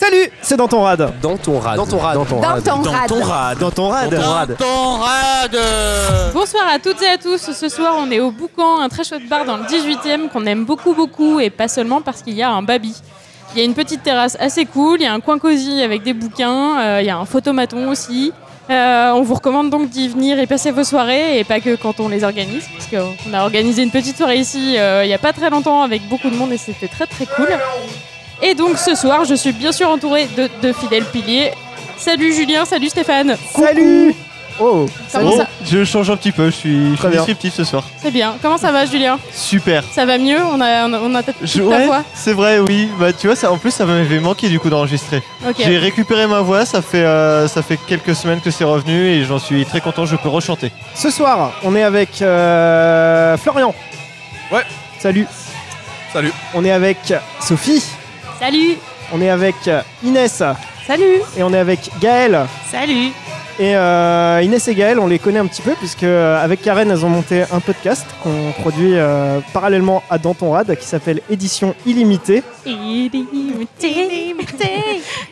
Manu, c'est dans ton rad. Dans ton rad. Dans ton rad. Dans ton Dans rad. ton rad. rad. Dans ton rad. Dans ton rad. Ton rad Bonsoir à toutes et à tous. Ce soir, on est au Boucan, un très chouette bar dans le 18e qu'on aime beaucoup, beaucoup, et pas seulement parce qu'il y a un babi. Il y a une petite terrasse assez cool, il y a un coin cosy avec des bouquins, euh, il y a un photomaton aussi. Euh, on vous recommande donc d'y venir et passer vos soirées, et pas que quand on les organise, parce qu'on a organisé une petite soirée ici euh, il n'y a pas très longtemps avec beaucoup de monde et c'était très très cool. Et donc ce soir, je suis bien sûr entourée de deux fidèles piliers. Salut Julien, salut Stéphane. Salut. Oh. Comment Ah ça je change un petit peu, je suis, je Très suis bien. descriptif ce soir. C'est bien. Comment ça va Julien Super. Ça va mieux On a, on a- on a peut-être Je- toute la ouais, voix c'est vrai, oui. Bah tu vois, ça, en plus ça m'avait manqué du coup d'enregistrer. Ok. J'ai récupéré ma voix, ça fait, euh, ça fait quelques semaines que c'est revenu et j'en suis très content, je peux rechanter. Ce soir, on est avec euh, Florian. Ouais. Salut. Salut. On est avec Sophie. Salut On est avec Inès. Salut Et on est avec Gaël. Salut Et euh, Inès et Gaël, on les connaît un petit peu puisque euh, avec Karen, elles ont monté un podcast qu'on produit euh, parallèlement à Dans ton Rad qui s'appelle Édition illimitée.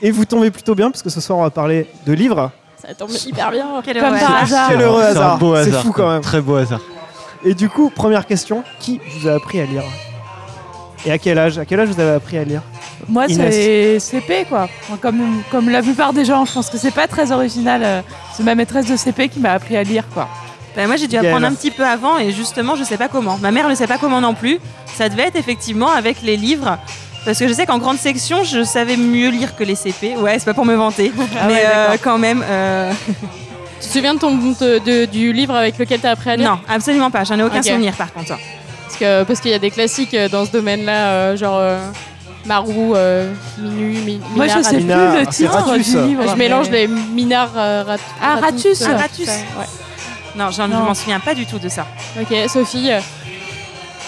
Et vous tombez plutôt bien parce que ce soir on va parler de livres. Ça tombe hyper bien. Quel Comme heureux par hasard. Quel heureux C'est un hasard. beau C'est hasard, fou quoi. quand même. Très beau hasard. Et du coup, première question qui vous a appris à lire Et à quel âge À quel âge vous avez appris à lire Moi, Inès. c'est CP, quoi. Comme, comme la plupart des gens, je pense que c'est pas très original. euh, C'est ma maîtresse de CP qui m'a appris à lire, quoi. Bah, moi, j'ai dû Gaëlle. apprendre un petit peu avant et justement, je sais pas comment. Ma mère ne sait pas comment non plus. Ça devait être effectivement avec les livres. Parce que je sais qu'en grande section, je savais mieux lire que les CP. Ouais, c'est pas pour me vanter, Ah mais ouais, euh, d'accord. quand même. euh, Tu te souviens de ton, de- de- du livre avec lequel t'as appris à lire Non, absolument pas. J'en ai aucun Ok. Ah, souvenir par contre. Parce que- parce qu'il y a des classiques euh, dans ce domaine-là, euh, genre euh, Marou, euh, Minu, Mi- Moi, Minar, je sais Ratus. Mina, plus le c'est titre Ratus. du livre. Je mélange mais- les Minard, euh, Rat- Ah, Ratus. euh, Ah, Ratus. ouais. Non, j'en- je Non. m'en souviens pas du tout de ça. Ok, Sophie, euh,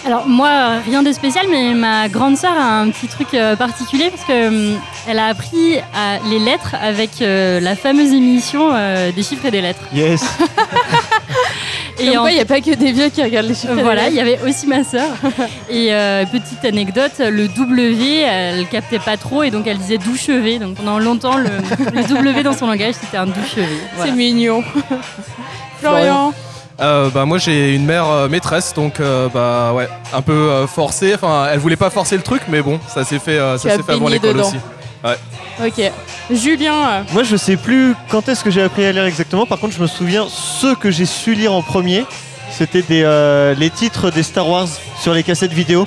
Alors moi, euh, rien de spécial, mais ma grande sœur a un petit truc euh, particulier parce que euh, elle a appris à les lettres avec euh, la fameuse émission euh, des chiffres et des lettres. Yes. comme en- quoi, il n'y a pas que des vieux qui regardent les chiffres. euh, voilà, il y avait aussi ma sœur. Et euh, petite anecdote, le W, elle captait pas trop et donc elle disait douchevé. Donc pendant longtemps, le, le W dans son langage, c'était un douchevé. Voilà. C'est mignon. Florian. Florian, Euh, bah moi j'ai une mère euh, maîtresse donc euh, bah ouais un peu euh, forcée enfin elle voulait pas forcer le truc mais bon ça s'est fait euh, Tu ça as s'est fait avant baigné l'école dedans. aussi ok. Julien, euh, Moi je sais plus quand est-ce que j'ai appris à lire exactement, par contre je me souviens ce que j'ai su lire en premier. C'était des, euh, les titres des Star Wars sur les cassettes vidéo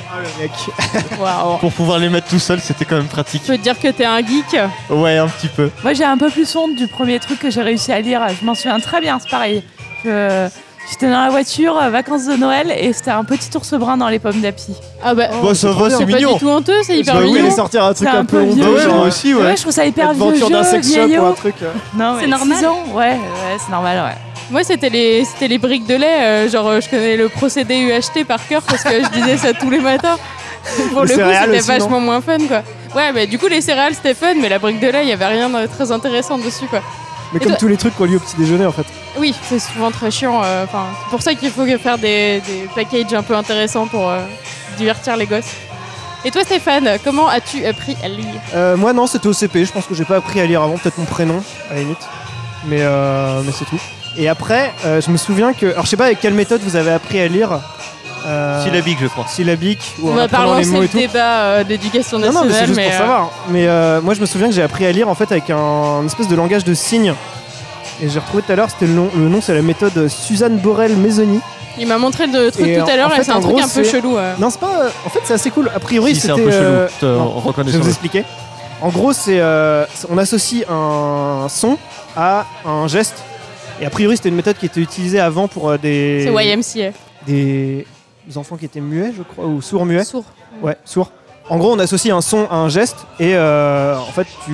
waouh. pour pouvoir les mettre tout seul, c'était quand même pratique. Je peux te dire que t'es un geek. Ouais, un petit peu. Moi, j'ai un peu plus honte du premier truc que j'ai réussi à lire. Je m'en souviens très bien, c'est pareil. Je- J'étais dans la voiture, euh, vacances de Noël, et c'était un petit ours brun dans les pommes d'api. Ah bah, bon, ça va, c'est pas mignon. du tout honteux, c'est hyper Bah oui, mignon. mais sortir un truc C'est un, un peu peu Bah honteux, ouais, genre euh, moi aussi, Ouais. ouais. je trouve ça hyper vieux aventure d'un jeu, sex shop ou un vieillot. truc. euh. Non, mais C'est normal. six ans, ouais, ouais, c'est normal, ouais. Moi, c'était les, c'était les briques de lait. euh, genre, euh, je connais le procédé UHT par cœur parce que je disais ça tous les matins. Pour Les le coup, céréales c'était aussi, non vachement moins fun, quoi. Ouais, mais du coup, les céréales, c'était fun, mais la brique de lait, il y avait rien de très intéressant dessus, quoi. Mais Et comme toi- tous les trucs qu'on lit au petit déjeuner en fait. Oui, c'est souvent très chiant. euh, Enfin, c'est pour ça qu'il faut que faire des, des packages un peu intéressants pour euh, divertir les gosses. Et toi, Stéphane, comment as-tu appris à lire Euh, moi non, c'était au CP, je pense que j'ai pas appris à lire avant, peut-être mon prénom, à la limite. Mais, euh, mais c'est tout. Et après, euh, je me souviens que. Alors je sais pas avec quelle méthode vous avez appris à lire. Euh, Syllabique, je crois. syllabique ou On en va pas apprenant les lancer mots le et tout. débat euh, d'éducation Non, non, nationale, mais c'est juste pour euh, savoir. Mais euh, moi, je me souviens que j'ai appris à lire en fait avec un, un espèce de langage de signes. Et j'ai retrouvé tout à l'heure, c'était le nom, le nom c'est la méthode euh, Suzanne Borel-Mézoni. euh, il m'a montré le truc Et tout à en l'heure fait, et c'est un en truc gros, un peu c'est- chelou. euh. Non, c'est pas. euh, en fait, c'est assez cool. A priori, Si, c'est c'était. un peu chelou. euh, Euh, non, je vais reconnaissons-le. vous expliquer. En gros, c'est. euh, c'est- on associe un son à un geste. Et a priori, c'était une méthode qui était utilisée avant pour euh, des. C'est YMCA. Des enfants qui étaient muets, je crois, ou sourds-muets. Sourd. Ouais, sourd. En gros, on associe un son à un geste et euh, en fait, tu,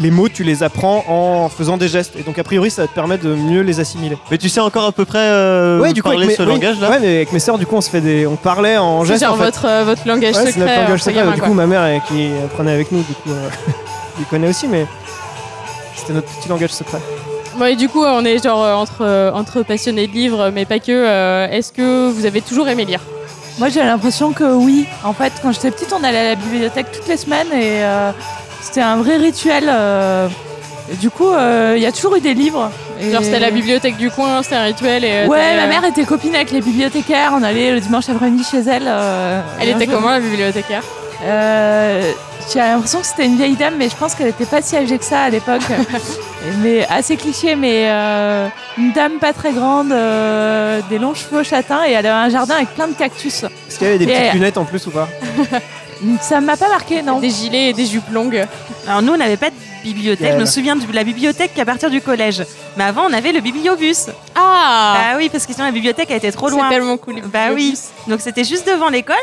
les mots, tu les apprends en faisant des gestes. Et donc, a priori, ça te permet de mieux les assimiler. Mais tu sais encore à peu près euh, parler avec ce mes, oui, langage-là ouais, mais avec mes sœurs, du coup, on se fait des, on parlait en C'est gestes. genre en fait. votre, euh, votre langage Ouais, c'est secret. notre entre langage secret. gamins, Du quoi. coup, ma mère euh, qui apprenait avec nous, du coup, euh, il connaît aussi, mais c'était notre petit langage secret. Bon, et du coup, on est genre euh, entre, euh, entre passionnés de livres, mais pas que. euh, Est-ce que vous avez toujours aimé lire Moi, j'ai l'impression que oui. En fait, quand j'étais petite, on allait à la bibliothèque toutes les semaines et euh, C'était un vrai rituel. euh, et du coup, euh, il y a toujours eu des livres. Et- Genre, c'était la bibliothèque du coin, c'était un rituel. Et, euh, Ouais, t'avais, ma euh, mère était copine avec les bibliothécaires. On allait le dimanche après-midi chez elle. euh, Elle et un était jour- comment, la bibliothécaire Euh, J'ai l'impression que c'était une vieille dame, mais je pense qu'elle n'était pas si âgée que ça à l'époque. mais assez cliché, mais euh, une dame pas très grande, euh, des longs cheveux châtains, et elle avait un jardin avec plein de cactus. Est-ce qu'il y avait des Et- petites lunettes en plus ou pas Ça m'a pas marqué, non Des gilets et des jupes longues. Alors nous, on n'avait pas de bibliothèque. Yeah. Je me souviens de la bibliothèque qu'à partir du collège. Mais avant, on avait le bibliobus. Ah Bah oui, parce que sinon la bibliothèque a été trop C'est loin. tellement cool. les Bah oui. bibliobus. Donc c'était juste devant l'école.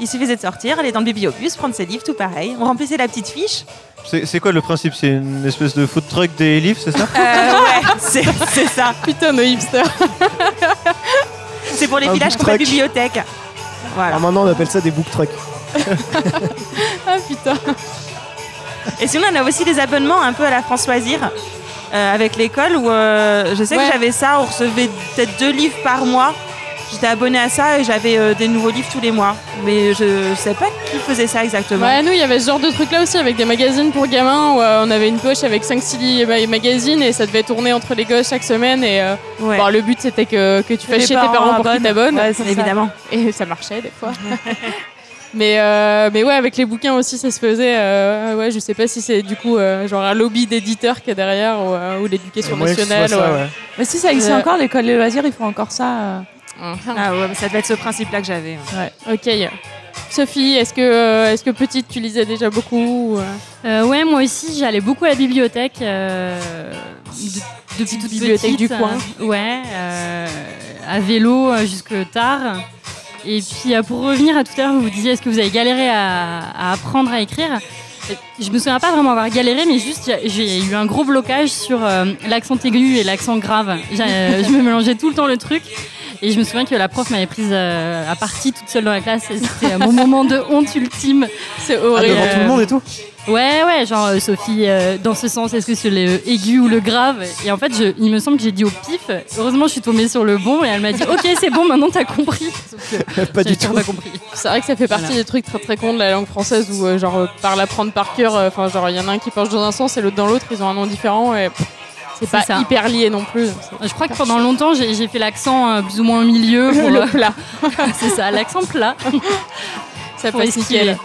Il suffisait de sortir, aller dans le bibliobus, prendre ses livres, tout pareil. On remplissait la petite fiche. C'est c'est quoi le principe C'est une espèce de food truck des livres, c'est ça Euh, ouais, c'est c'est ça. Putain, nos hipsters. C'est pour les Un villages qui ont book pas de truck. bibliothèque. Voilà. Alors maintenant, on appelle ça des book trucks. Ah putain. Et sinon, on avait aussi des abonnements un peu à la France Loisir euh, avec l'école où euh, je sais Ouais. que j'avais ça. On recevait peut-être deux livres par mois. J'étais abonnée à ça et j'avais euh, des nouveaux livres tous les mois. Mais je sais pas qui faisait ça exactement. Ouais, nous, il y avait ce genre de truc là aussi avec des magazines pour gamins où euh, on avait une poche avec 5-6 magazines et ça devait tourner entre les gosses chaque semaine. Et euh, Ouais, bon, le but c'était que, que tu Que les fasses chier tes parents parents pour qu'ils t'abonnent. Ouais, c'est ça. évidemment. Et ça marchait des fois. mais, euh, mais ouais, avec les bouquins aussi, ça se faisait. euh, ouais, je sais pas si c'est du coup euh, genre un lobby d'éditeurs qui est derrière ou, euh, ou l'éducation Moyen que ce soit nationale. ça, ouais. ouais. Mais si ça existe Euh. encore, l'école des loisirs, ils font encore ça. euh. Mhm. Ah ouais, mais ça devait être ce principe-là que j'avais. ouais. Ok. Sophie, est-ce que, euh, est-ce que petite, tu lisais déjà beaucoup ou, euh, Euh, ouais, moi aussi, j'allais beaucoup à la bibliothèque. euh, de- depuis toute bibliothèque du petite, coin. euh, ouais, euh, à vélo euh, jusque tard. Et puis, euh, pour revenir à tout à l'heure, vous vous disiez, est-ce que vous avez galéré à, à apprendre à écrire Euh, Je me souviens pas vraiment avoir galéré, mais juste, j'ai- j'ai eu un gros blocage sur euh, l'accent aigu et l'accent grave. J'ai- euh, je me mélangeais tout le temps le truc. Et je me souviens que la prof m'avait prise euh, à partie toute seule dans la classe. et C'était euh, mon moment de honte ultime. C'est Ah, horrible. devant tout le monde et tout Ouais, ouais, genre euh, Sophie, euh, dans ce sens, est-ce que c'est le aigu ou le grave Et en fait, je- il me semble que j'ai dit au pif. Heureusement, je suis tombée sur le bon et elle m'a dit Ok, c'est bon, maintenant t'as compris. Sauf que Pas du tout. j'avais toujours pas compris. C'est vrai que ça fait partie Voilà. des trucs très très cons de la langue française où euh, genre euh, par l'apprendre par cœur, euh, enfin genre il y en a un qui penche dans un sens et l'autre dans l'autre, ils ont un nom différent et pff, c'est C'est pas ça. hyper lié non plus. donc c'est- Bah, Euh, Je crois que pendant longtemps, j'ai j'ai fait l'accent euh, plus ou moins au milieu. pour, Le euh, plat, c'est ça, l'accent plat. ça pour passe esquiver. nickel.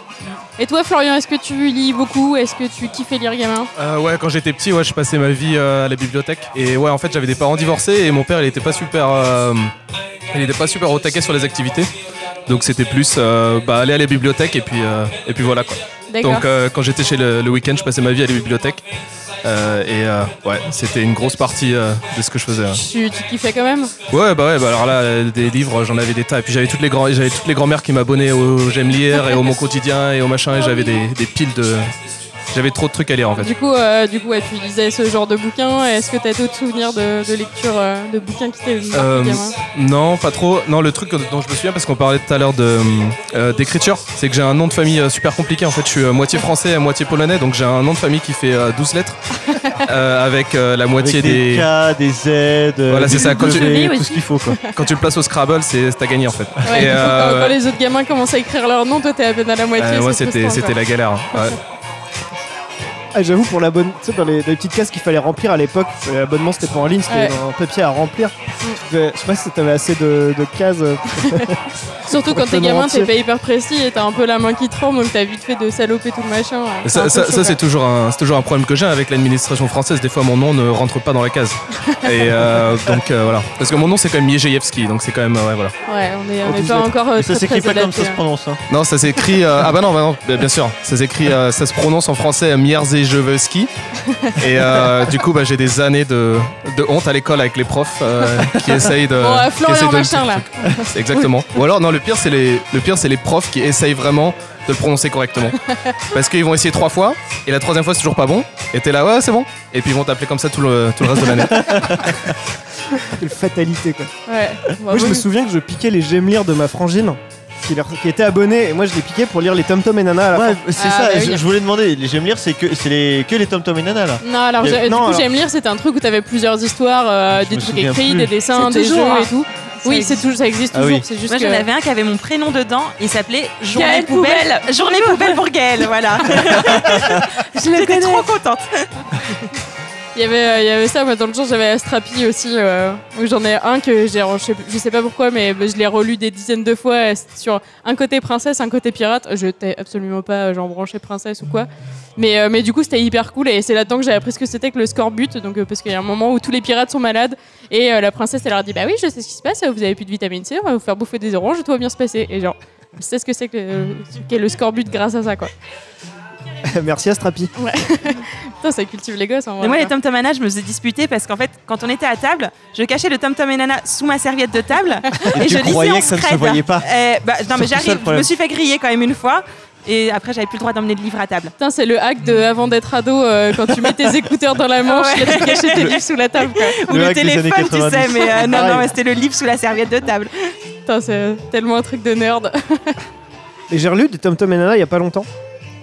Et toi Florian, est-ce que tu lis beaucoup Est-ce que tu kiffais lire gamin Euh, ouais, quand j'étais petit, ouais, je passais ma vie euh, à la bibliothèque. Et ouais, en fait, j'avais des parents divorcés et mon père, il était pas super, euh, il était pas super au taquet sur les activités. Donc c'était plus euh, bah, aller à la bibliothèque et puis euh, et puis voilà quoi. D'accord. Donc euh, quand j'étais chez le, le week-end, je passais ma vie à la bibliothèque. Euh, et euh, ouais, c'était une grosse partie euh, de ce que je faisais. ouais. Tu, tu kiffais quand même Ouais, bah ouais, bah alors là, euh, des livres, j'en avais des tas. Et puis j'avais toutes les grands, j'avais toutes les grands-mères qui m'abonnaient au J'aime lire et au Mon Quotidien et au machin. Et j'avais des, des piles de, j'avais trop de trucs à lire en fait. Du coup, euh, du coup ouais, tu lisais ce genre de bouquins. Est-ce que t'as d'autres souvenirs de, de lecture euh, de bouquins qui t'aient marqué Euh, gamin Non, pas trop. Non, le truc dont je me souviens, parce qu'on parlait tout à l'heure de, euh, d'écriture, c'est que j'ai un nom de famille euh, super compliqué. En fait, je suis euh, moitié français, moitié polonais, donc j'ai un nom de famille qui fait euh, 12 lettres, euh, avec euh, la moitié Avec des K, des Z, euh, Voilà, des c'est ça, quand tu- W, tout aussi. ce qu'il faut quoi. Quand tu le places au Scrabble, c'est t'as gagné en fait. Ouais, Et, euh, quand, quand les autres gamins commencent à écrire leur nom, toi t'es à peine à la moitié. euh, ouais, c'est c'était, frustrant, c'était quoi. la galère. hein. Ouais. Ah, j'avoue, pour l'abonnement, tu sais, dans les, dans les petites cases qu'il fallait remplir à l'époque, euh, l'abonnement c'était pas en ligne, c'était Ouais. Mm. dans un papier à remplir. Je vais- je sais pas si t'avais assez de, de cases. euh, Surtout quand t'es Complètement gamin, t'es entier. pas hyper précis et t'as un peu la main qui tremble, donc t'as vite fait de saloper tout le machin. Et Ça, ça- ça, c'est toujours un, c'est toujours un problème que j'ai avec l'administration française. Des fois, mon nom ne rentre pas dans la case. Et euh, donc euh, voilà, parce que mon nom c'est quand même Jejewski, donc c'est quand même euh, ouais, voilà. Ouais, on est, on En est douze pas lettres. encore. euh, Mais très, ça s'écrit très pas comme adapté, ça se Euh, hein. prononce. hein. Non, ça s'écrit. euh, ah bah non, bah non, bien- bien sûr. Ça s'écrit, euh, ça se prononce en français euh, Mierzejewski. Et euh, du coup, bah, j'ai des années de, de honte à l'école avec les profs euh, qui essayent de. Bon, euh, qui essayent Florian de le- Machin là. Exactement. Ou alors, non, le pire, c'est les, le pire, c'est les profs qui essayent vraiment de le prononcer correctement. Parce qu'ils vont essayer trois fois, et la troisième fois, c'est toujours pas bon. Et t'es là, ouais, c'est bon. Et puis ils vont t'appeler comme ça tout le, tout le reste de l'année. Quelle fatalité quoi. Ouais. Bah, Moi je oui. me souviens que je piquais les gemmes de ma frangine qui, leur- qui était abonnée et moi je les piquais pour lire les Tom Tom et Nana à la fin. Ouais, c'est Ah, ça, bah je, oui. je voulais demander, les j'aime lire, c'est que c'est les, que les Tom Tom et Nana là. Non, alors Il y a- j'ai- du non, coup, alors- j'aime lire, c'était un truc où t'avais plusieurs histoires, euh, Je des me trucs souviens écrits, plus. des dessins, C'est des toujours jeux rare. et tout. Oui, c'est toujours, ça existe Ah toujours. oui. C'est juste Moi, j'en que- avais un qui avait mon prénom dedans. Il s'appelait Journée Gaël Poubelle. Journée Poubelle pour Gaël, voilà. Je le J'étais connais. trop contente. Oh Il y avait, euh, il y avait ça, moi dans le genre j'avais Strapi aussi, euh, où j'en ai un que j'ai, je sais, je sais pas pourquoi, mais bah, je l'ai relu des dizaines de fois euh, sur un côté princesse, un côté pirate. Je n'étais absolument pas euh, genre branché princesse ou quoi. Mais, euh, mais du coup c'était hyper cool et c'est là-dedans que j'ai appris ce que c'était que le scorbut, donc, euh, parce qu'il y a un moment où tous les pirates sont malades et euh, la princesse elle leur dit Bah oui, je sais ce qui se passe, vous avez plus de vitamine C, on va vous faire bouffer des oranges, tout va bien se passer. Et genre, je sais ce que c'est que le, qu'est le scorbut grâce à ça quoi. Merci à Strapi. Putain, ça cultive les gosses en vrai. Mais moi, les Tom Tom Anna, je me faisais disputer parce qu'en fait, quand on était à table, je cachais le Tom Tom et Nana sous ma serviette de table et, tu je lisais croyais en que ça ne se secret. voyait pas. Euh, bah, non, mais C'est ça, le j'arrive, je problème. me suis fait griller quand même une fois. Et après, j'avais plus le droit d'emmener de livres à table. Putain, c'est le hack de avant d'être ado, euh, quand tu mets tes écouteurs dans la manche, Ouais. et tu cachais tes livres sous la table. Quoi. Ou Le le, hack des années téléphone, tu 90. sais, mais euh, non, Pareil. non, mais c'était le livre sous la serviette de table. Putain, c'est tellement un truc de nerd. Et j'ai relu des Tom Tom et Nana il y a pas longtemps.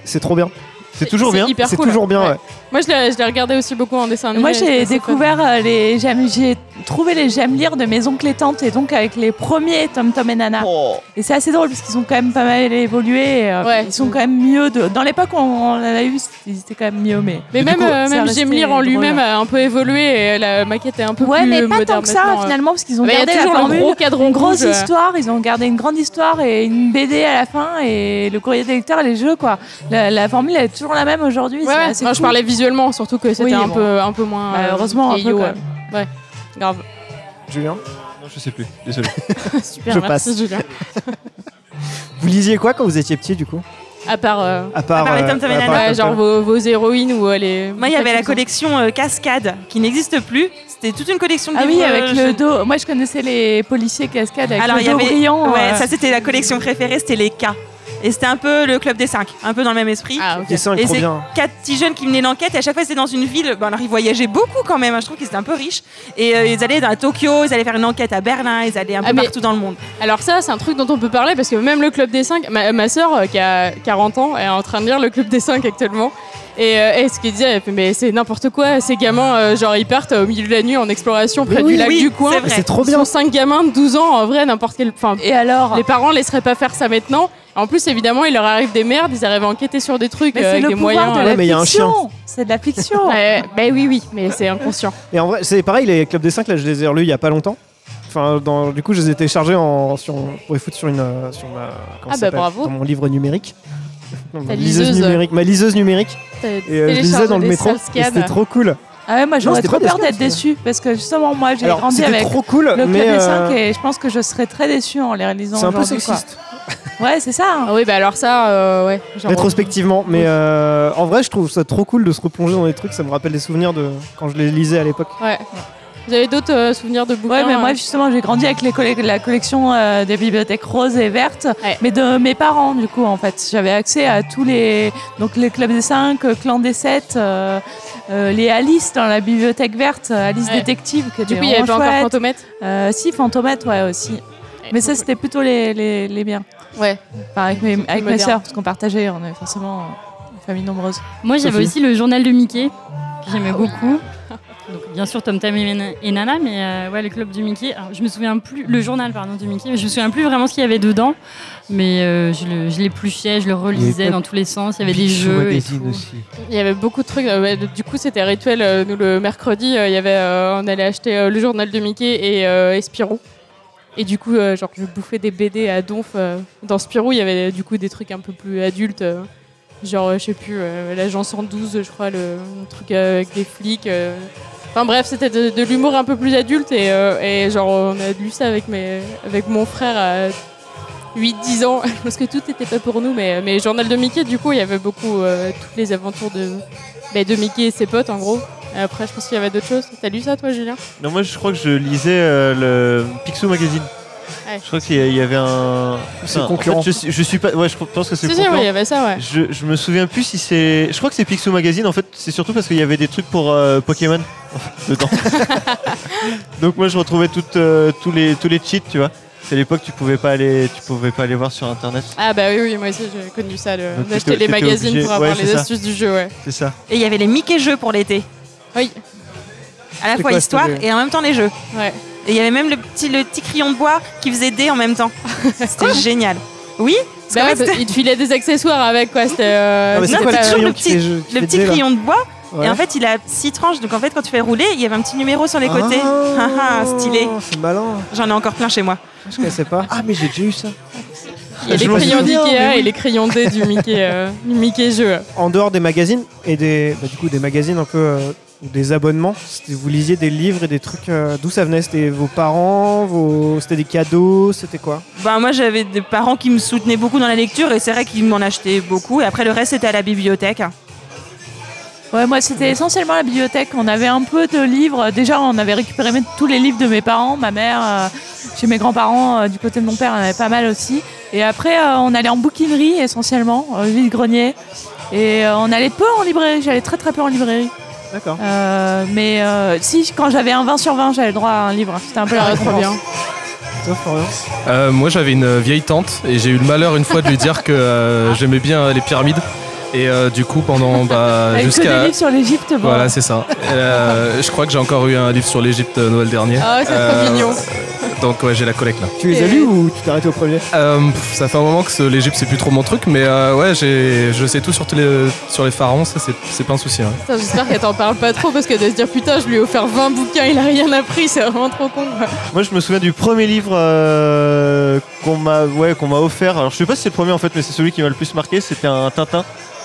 C'est trop bien. C'est toujours C'est bien. hyper C'est cool. toujours bien, ouais. Moi, je l'ai je l'ai regardé aussi beaucoup en dessin animé. Moi, c'était j'ai assez découvert euh, les. j'aime- J'ai trouvé les j'aime lire de mes oncles et tantes, et donc avec les premiers Tom Tom et Nana. Oh. Et c'est assez drôle, parce qu'ils ont quand même pas mal évolué. et, euh, Ouais. ils sont quand même mieux. De... Dans l'époque, on, on l'a eu, c'était quand même mieux, mais. fun. Mais Du même, coup, euh, ça même restait j'aime lire en drôle. lui-même a un peu évolué et la maquette est un peu Ouais, plus mais pas moderne tant que ça, maintenant, euh. finalement, parce qu'ils ont Mais Il y gardé a la toujours le formule. gros cadron Une grosse rouge, euh. histoire, ils ont gardé une grande histoire et une BD à la fin et le courrier des lecteurs et les jeux quoi. La, la formule est toujours la même aujourd'hui. Ouais, c'est ouais. assez Non, je cool. parlais visuellement, surtout que c'était Oui, un, bon. peu, un peu moins. Bah, euh, heureusement, un peu, vieillot, quand ouais. Ouais, grave. Julien. Non, je sais plus. Désolé. Super, Je merci passe. Julien. Vous lisiez quoi quand vous étiez petit du coup À part. euh, À part, À part les Tom Tom et à part Nana. Tom ouais, genre Tom. vos, vos héroïnes ou euh, les. Moi, il y avait la collection euh, Cascade qui n'existe plus. C'était toute une collection de Ah oui, livres, avec euh, le je- dos. Moi, je connaissais les policiers cascades avec Alors, le il y dos avait. brillant. ouais, euh, ça, c'était la collection préférée, c'était les K. Et c'était un peu le club des 5, un peu dans le même esprit. Ah, ok. Les cinq, Et trop c'est- bien. quatre petits jeunes qui venaient d'enquête et à chaque fois c'était dans une ville. Bon, alors ils voyageaient beaucoup quand même, hein, je trouve qu'ils étaient un peu riches. Et euh, ils allaient à Tokyo, ils allaient faire une enquête à Berlin, ils allaient un peu Ah, mais- partout dans le monde. Alors ça, c'est un truc dont on peut parler parce que même le Club des 5, ma, ma sœur euh, qui a 40 ans est en train de lire le Club des 5 actuellement. Et, euh, et ce qu'elle disait, elle fait, mais c'est n'importe quoi, ces gamins, euh, genre ils partent au milieu de la nuit en exploration près Mais du oui, lac oui, du coin. c'est vrai. C'est trop Ils bien. sont 5 gamins de 12 ans, en vrai, n'importe quel... Enfin, Et alors les parents laisseraient pas faire ça maintenant. En plus, évidemment, il leur arrive des merdes, ils arrivent à enquêter sur des trucs euh, Mais c'est avec le des pouvoir moyens... euh, de la hein. Ouais, mais il y a un fiction. C'est de la fiction. ouais, bah oui, oui, mais c'est inconscient. Et en vrai, c'est pareil, les clubs des 5, là, je les ai relus il y a pas longtemps. Enfin, dans- du coup, je les ai téléchargés en, sur, pour les foutre sur une. euh, Sur ma, comment Ah ça bah s'appelle bravo. Dans mon livre numérique. Dans ma Ta liseuse. numérique. Ma liseuse numérique. Et euh, je lisais dans le métro. et C'était trop cool. Ah ouais, moi, j'aurais c'était trop pas peur des d'être scans, ça. déçue parce que justement, moi, j'ai Alors, grandi c'était avec. trop cool, Le club mais. des euh, 5 et je pense que je serais très déçue en les lisant c'est un peu aujourd'hui, quoi. sexiste, Ouais, c'est ça. hein. Ah oui, bah alors ça, euh, ouais. genre- rétrospectivement, mais euh, en vrai, je trouve ça trop cool de se replonger dans des trucs. Ça me rappelle des souvenirs de quand je les lisais à l'époque. Ah, Ouais. Vous avez d'autres euh, souvenirs de bouquins Ouais, mais moi euh, justement, j'ai grandi avec les colle- la collection euh, des bibliothèques roses et vertes, Ouais. mais de mes parents du coup en fait. J'avais accès à tous les donc les clubs des 5, euh, clan des 7, euh, euh, les Alice dans la bibliothèque verte, euh, Alice Ouais. détective que Du coup, il y avait pas encore Fantomètre Euh, si Fantomette ouais aussi. Mais ça c'était plutôt les, les, les biens. Eh, Ouais. Enfin, avec mes, avec mes moderne. sœurs parce qu'on partageait, on avait forcément euh, une famille nombreuse. Moi, j'avais Sophie. aussi le journal de Mickey, que j'aimais Ah beaucoup. Donc, bien sûr, Tom Tam et Nana- et Nana, mais euh, ouais, le club du Mickey. Alors, je me souviens plus, le journal, pardon, du Mickey, mais je me souviens plus vraiment ce qu'il y avait dedans. Mais euh, je le- je l'épluchais, je le relisais pas dans tous les sens. Il y avait des jeux. Et tout. aussi. Il y avait beaucoup de trucs. euh, ouais, Du coup, c'était rituel. euh, Nous, le mercredi, euh, il y avait, euh, on allait acheter euh, le journal de Mickey et, euh, et Spirou. Et du coup, euh, genre, je bouffais des BD à donf. euh. Dans Spirou, il y avait euh, du coup des trucs un peu plus adultes. euh, Genre, euh, je sais plus, euh, l'agent 112, je crois, le, le truc euh, avec des flics. euh. Enfin bref, c'était de, de l'humour un peu plus adulte. Et, euh, et genre, on a lu ça avec, mes, avec mon frère à 8-10 ans, parce que tout n'était pas pour nous, mais, mais Journal de Mickey, du coup, il y avait beaucoup euh, toutes les aventures de, bah, de Mickey et ses potes, en gros. Et après, je pense qu'il y avait d'autres choses. T'as lu ça, toi, Julien Non, moi je crois que je lisais euh, le Picsou Magazine. Ouais. Je crois qu'il y a- il y avait un. C'est Enfin, concurrent. en fait, je, suis- je suis pas. Ouais, je pense que c'est Si, le si, ouais, concurrent. il y avait ça, ouais. je, je me souviens plus si c'est. Je crois que c'est Picsou Magazine. En fait, c'est surtout parce qu'il y avait des trucs pour euh, Pokémon dedans. Donc moi, je retrouvais toutes, euh, tous les tous les cheats, tu vois. C'est l'époque tu pouvais pas aller tu pouvais pas aller voir sur internet. Ah, bah oui, oui, moi aussi, j'ai connu ça, le- Donc, d'acheter t'étais- les t'étais magazines obligé- pour avoir ouais, c'est les ça. astuces du jeu, ouais. C'est ça. Et il y avait les Mickey jeux pour l'été. Oui. À la C'est fois quoi, histoire c'était- et en même temps les jeux. Ouais. Et il y avait même le petit, le petit crayon de bois qui faisait D en même temps. C'était génial. Oui parce Bah qu'en ouais, fait, bah, c'était il te filait des accessoires avec quoi. C'était. euh, Ah, mais c'est non, quoi c'est le toujours crayon le qui petit- fait je- qui le fait petit dé, là crayon de bois. Ouais. Et en fait, il a six tranches. Donc en fait, quand tu fais rouler, il y avait un petit numéro sur les côtés. Ah, Haha, stylé. C'est malin. J'en ai encore plein chez moi. Je connaissais pas. Ah, mais j'ai déjà eu ça. Il y a Je les m'en crayons souviens, mais d'Ikea et oui. les crayons D du Mickey, euh, du Mickey jeu. En dehors des magazines et des, bah, du coup, des magazines un peu euh, ou des abonnements, c'était- vous lisiez des livres et des trucs. euh, D'où ça venait C'était vos parents vos... C'était des cadeaux C'était quoi Ben, moi, j'avais des parents qui me soutenaient beaucoup dans la lecture et c'est vrai qu'ils m'en achetaient beaucoup. Et après, le reste, c'était à la bibliothèque. Ouais, moi c'était essentiellement la bibliothèque. On avait un peu de livres. Déjà, on avait récupéré mes- tous les livres de mes parents, ma mère, euh, chez mes grands-parents, euh, du côté de mon père, on avait pas mal aussi. Et après, euh, on allait en bouquinerie essentiellement, euh, vide-grenier. Et euh, on allait peu en librairie, j'allais très très peu en librairie. D'accord. Euh, mais euh, si, quand j'avais un 20 sur 20, j'avais le droit à un livre. C'était un peu la Ah, récompense. trop bien. Toi, Florian Euh, moi, j'avais une vieille tante et j'ai eu le malheur une fois de lui dire que euh, j'aimais bien euh, les pyramides. Et euh, du coup, pendant bah, Avec que des jusqu'à. livres sur l'Égypte, bon. Voilà, c'est ça. Euh, je crois que j'ai encore eu un livre sur l'Égypte euh, Noël dernier. Euh, Ah, c'est Euh, trop mignon. Donc, ouais, j'ai la collecte là. Tu les as lus ou tu t'es arrêté au premier Euh, pff, ça fait un moment que ce- l'Égypte, c'est plus trop mon truc, mais euh, ouais, j'ai- je sais tout sur, tous les, sur les pharaons, ça, c'est- c'est pas un souci. ouais. Putain, J'espère qu'elle t'en parle pas trop parce que de se dire putain, je lui ai offert 20 bouquins, il a rien appris, c'est vraiment trop con. quoi. Moi, je me souviens du premier livre euh, qu'on m'a ouais, qu'on m'a offert. Alors, je sais pas si c'est le premier en fait, mais c'est celui qui m'a le plus marqué. C'était un Tintin.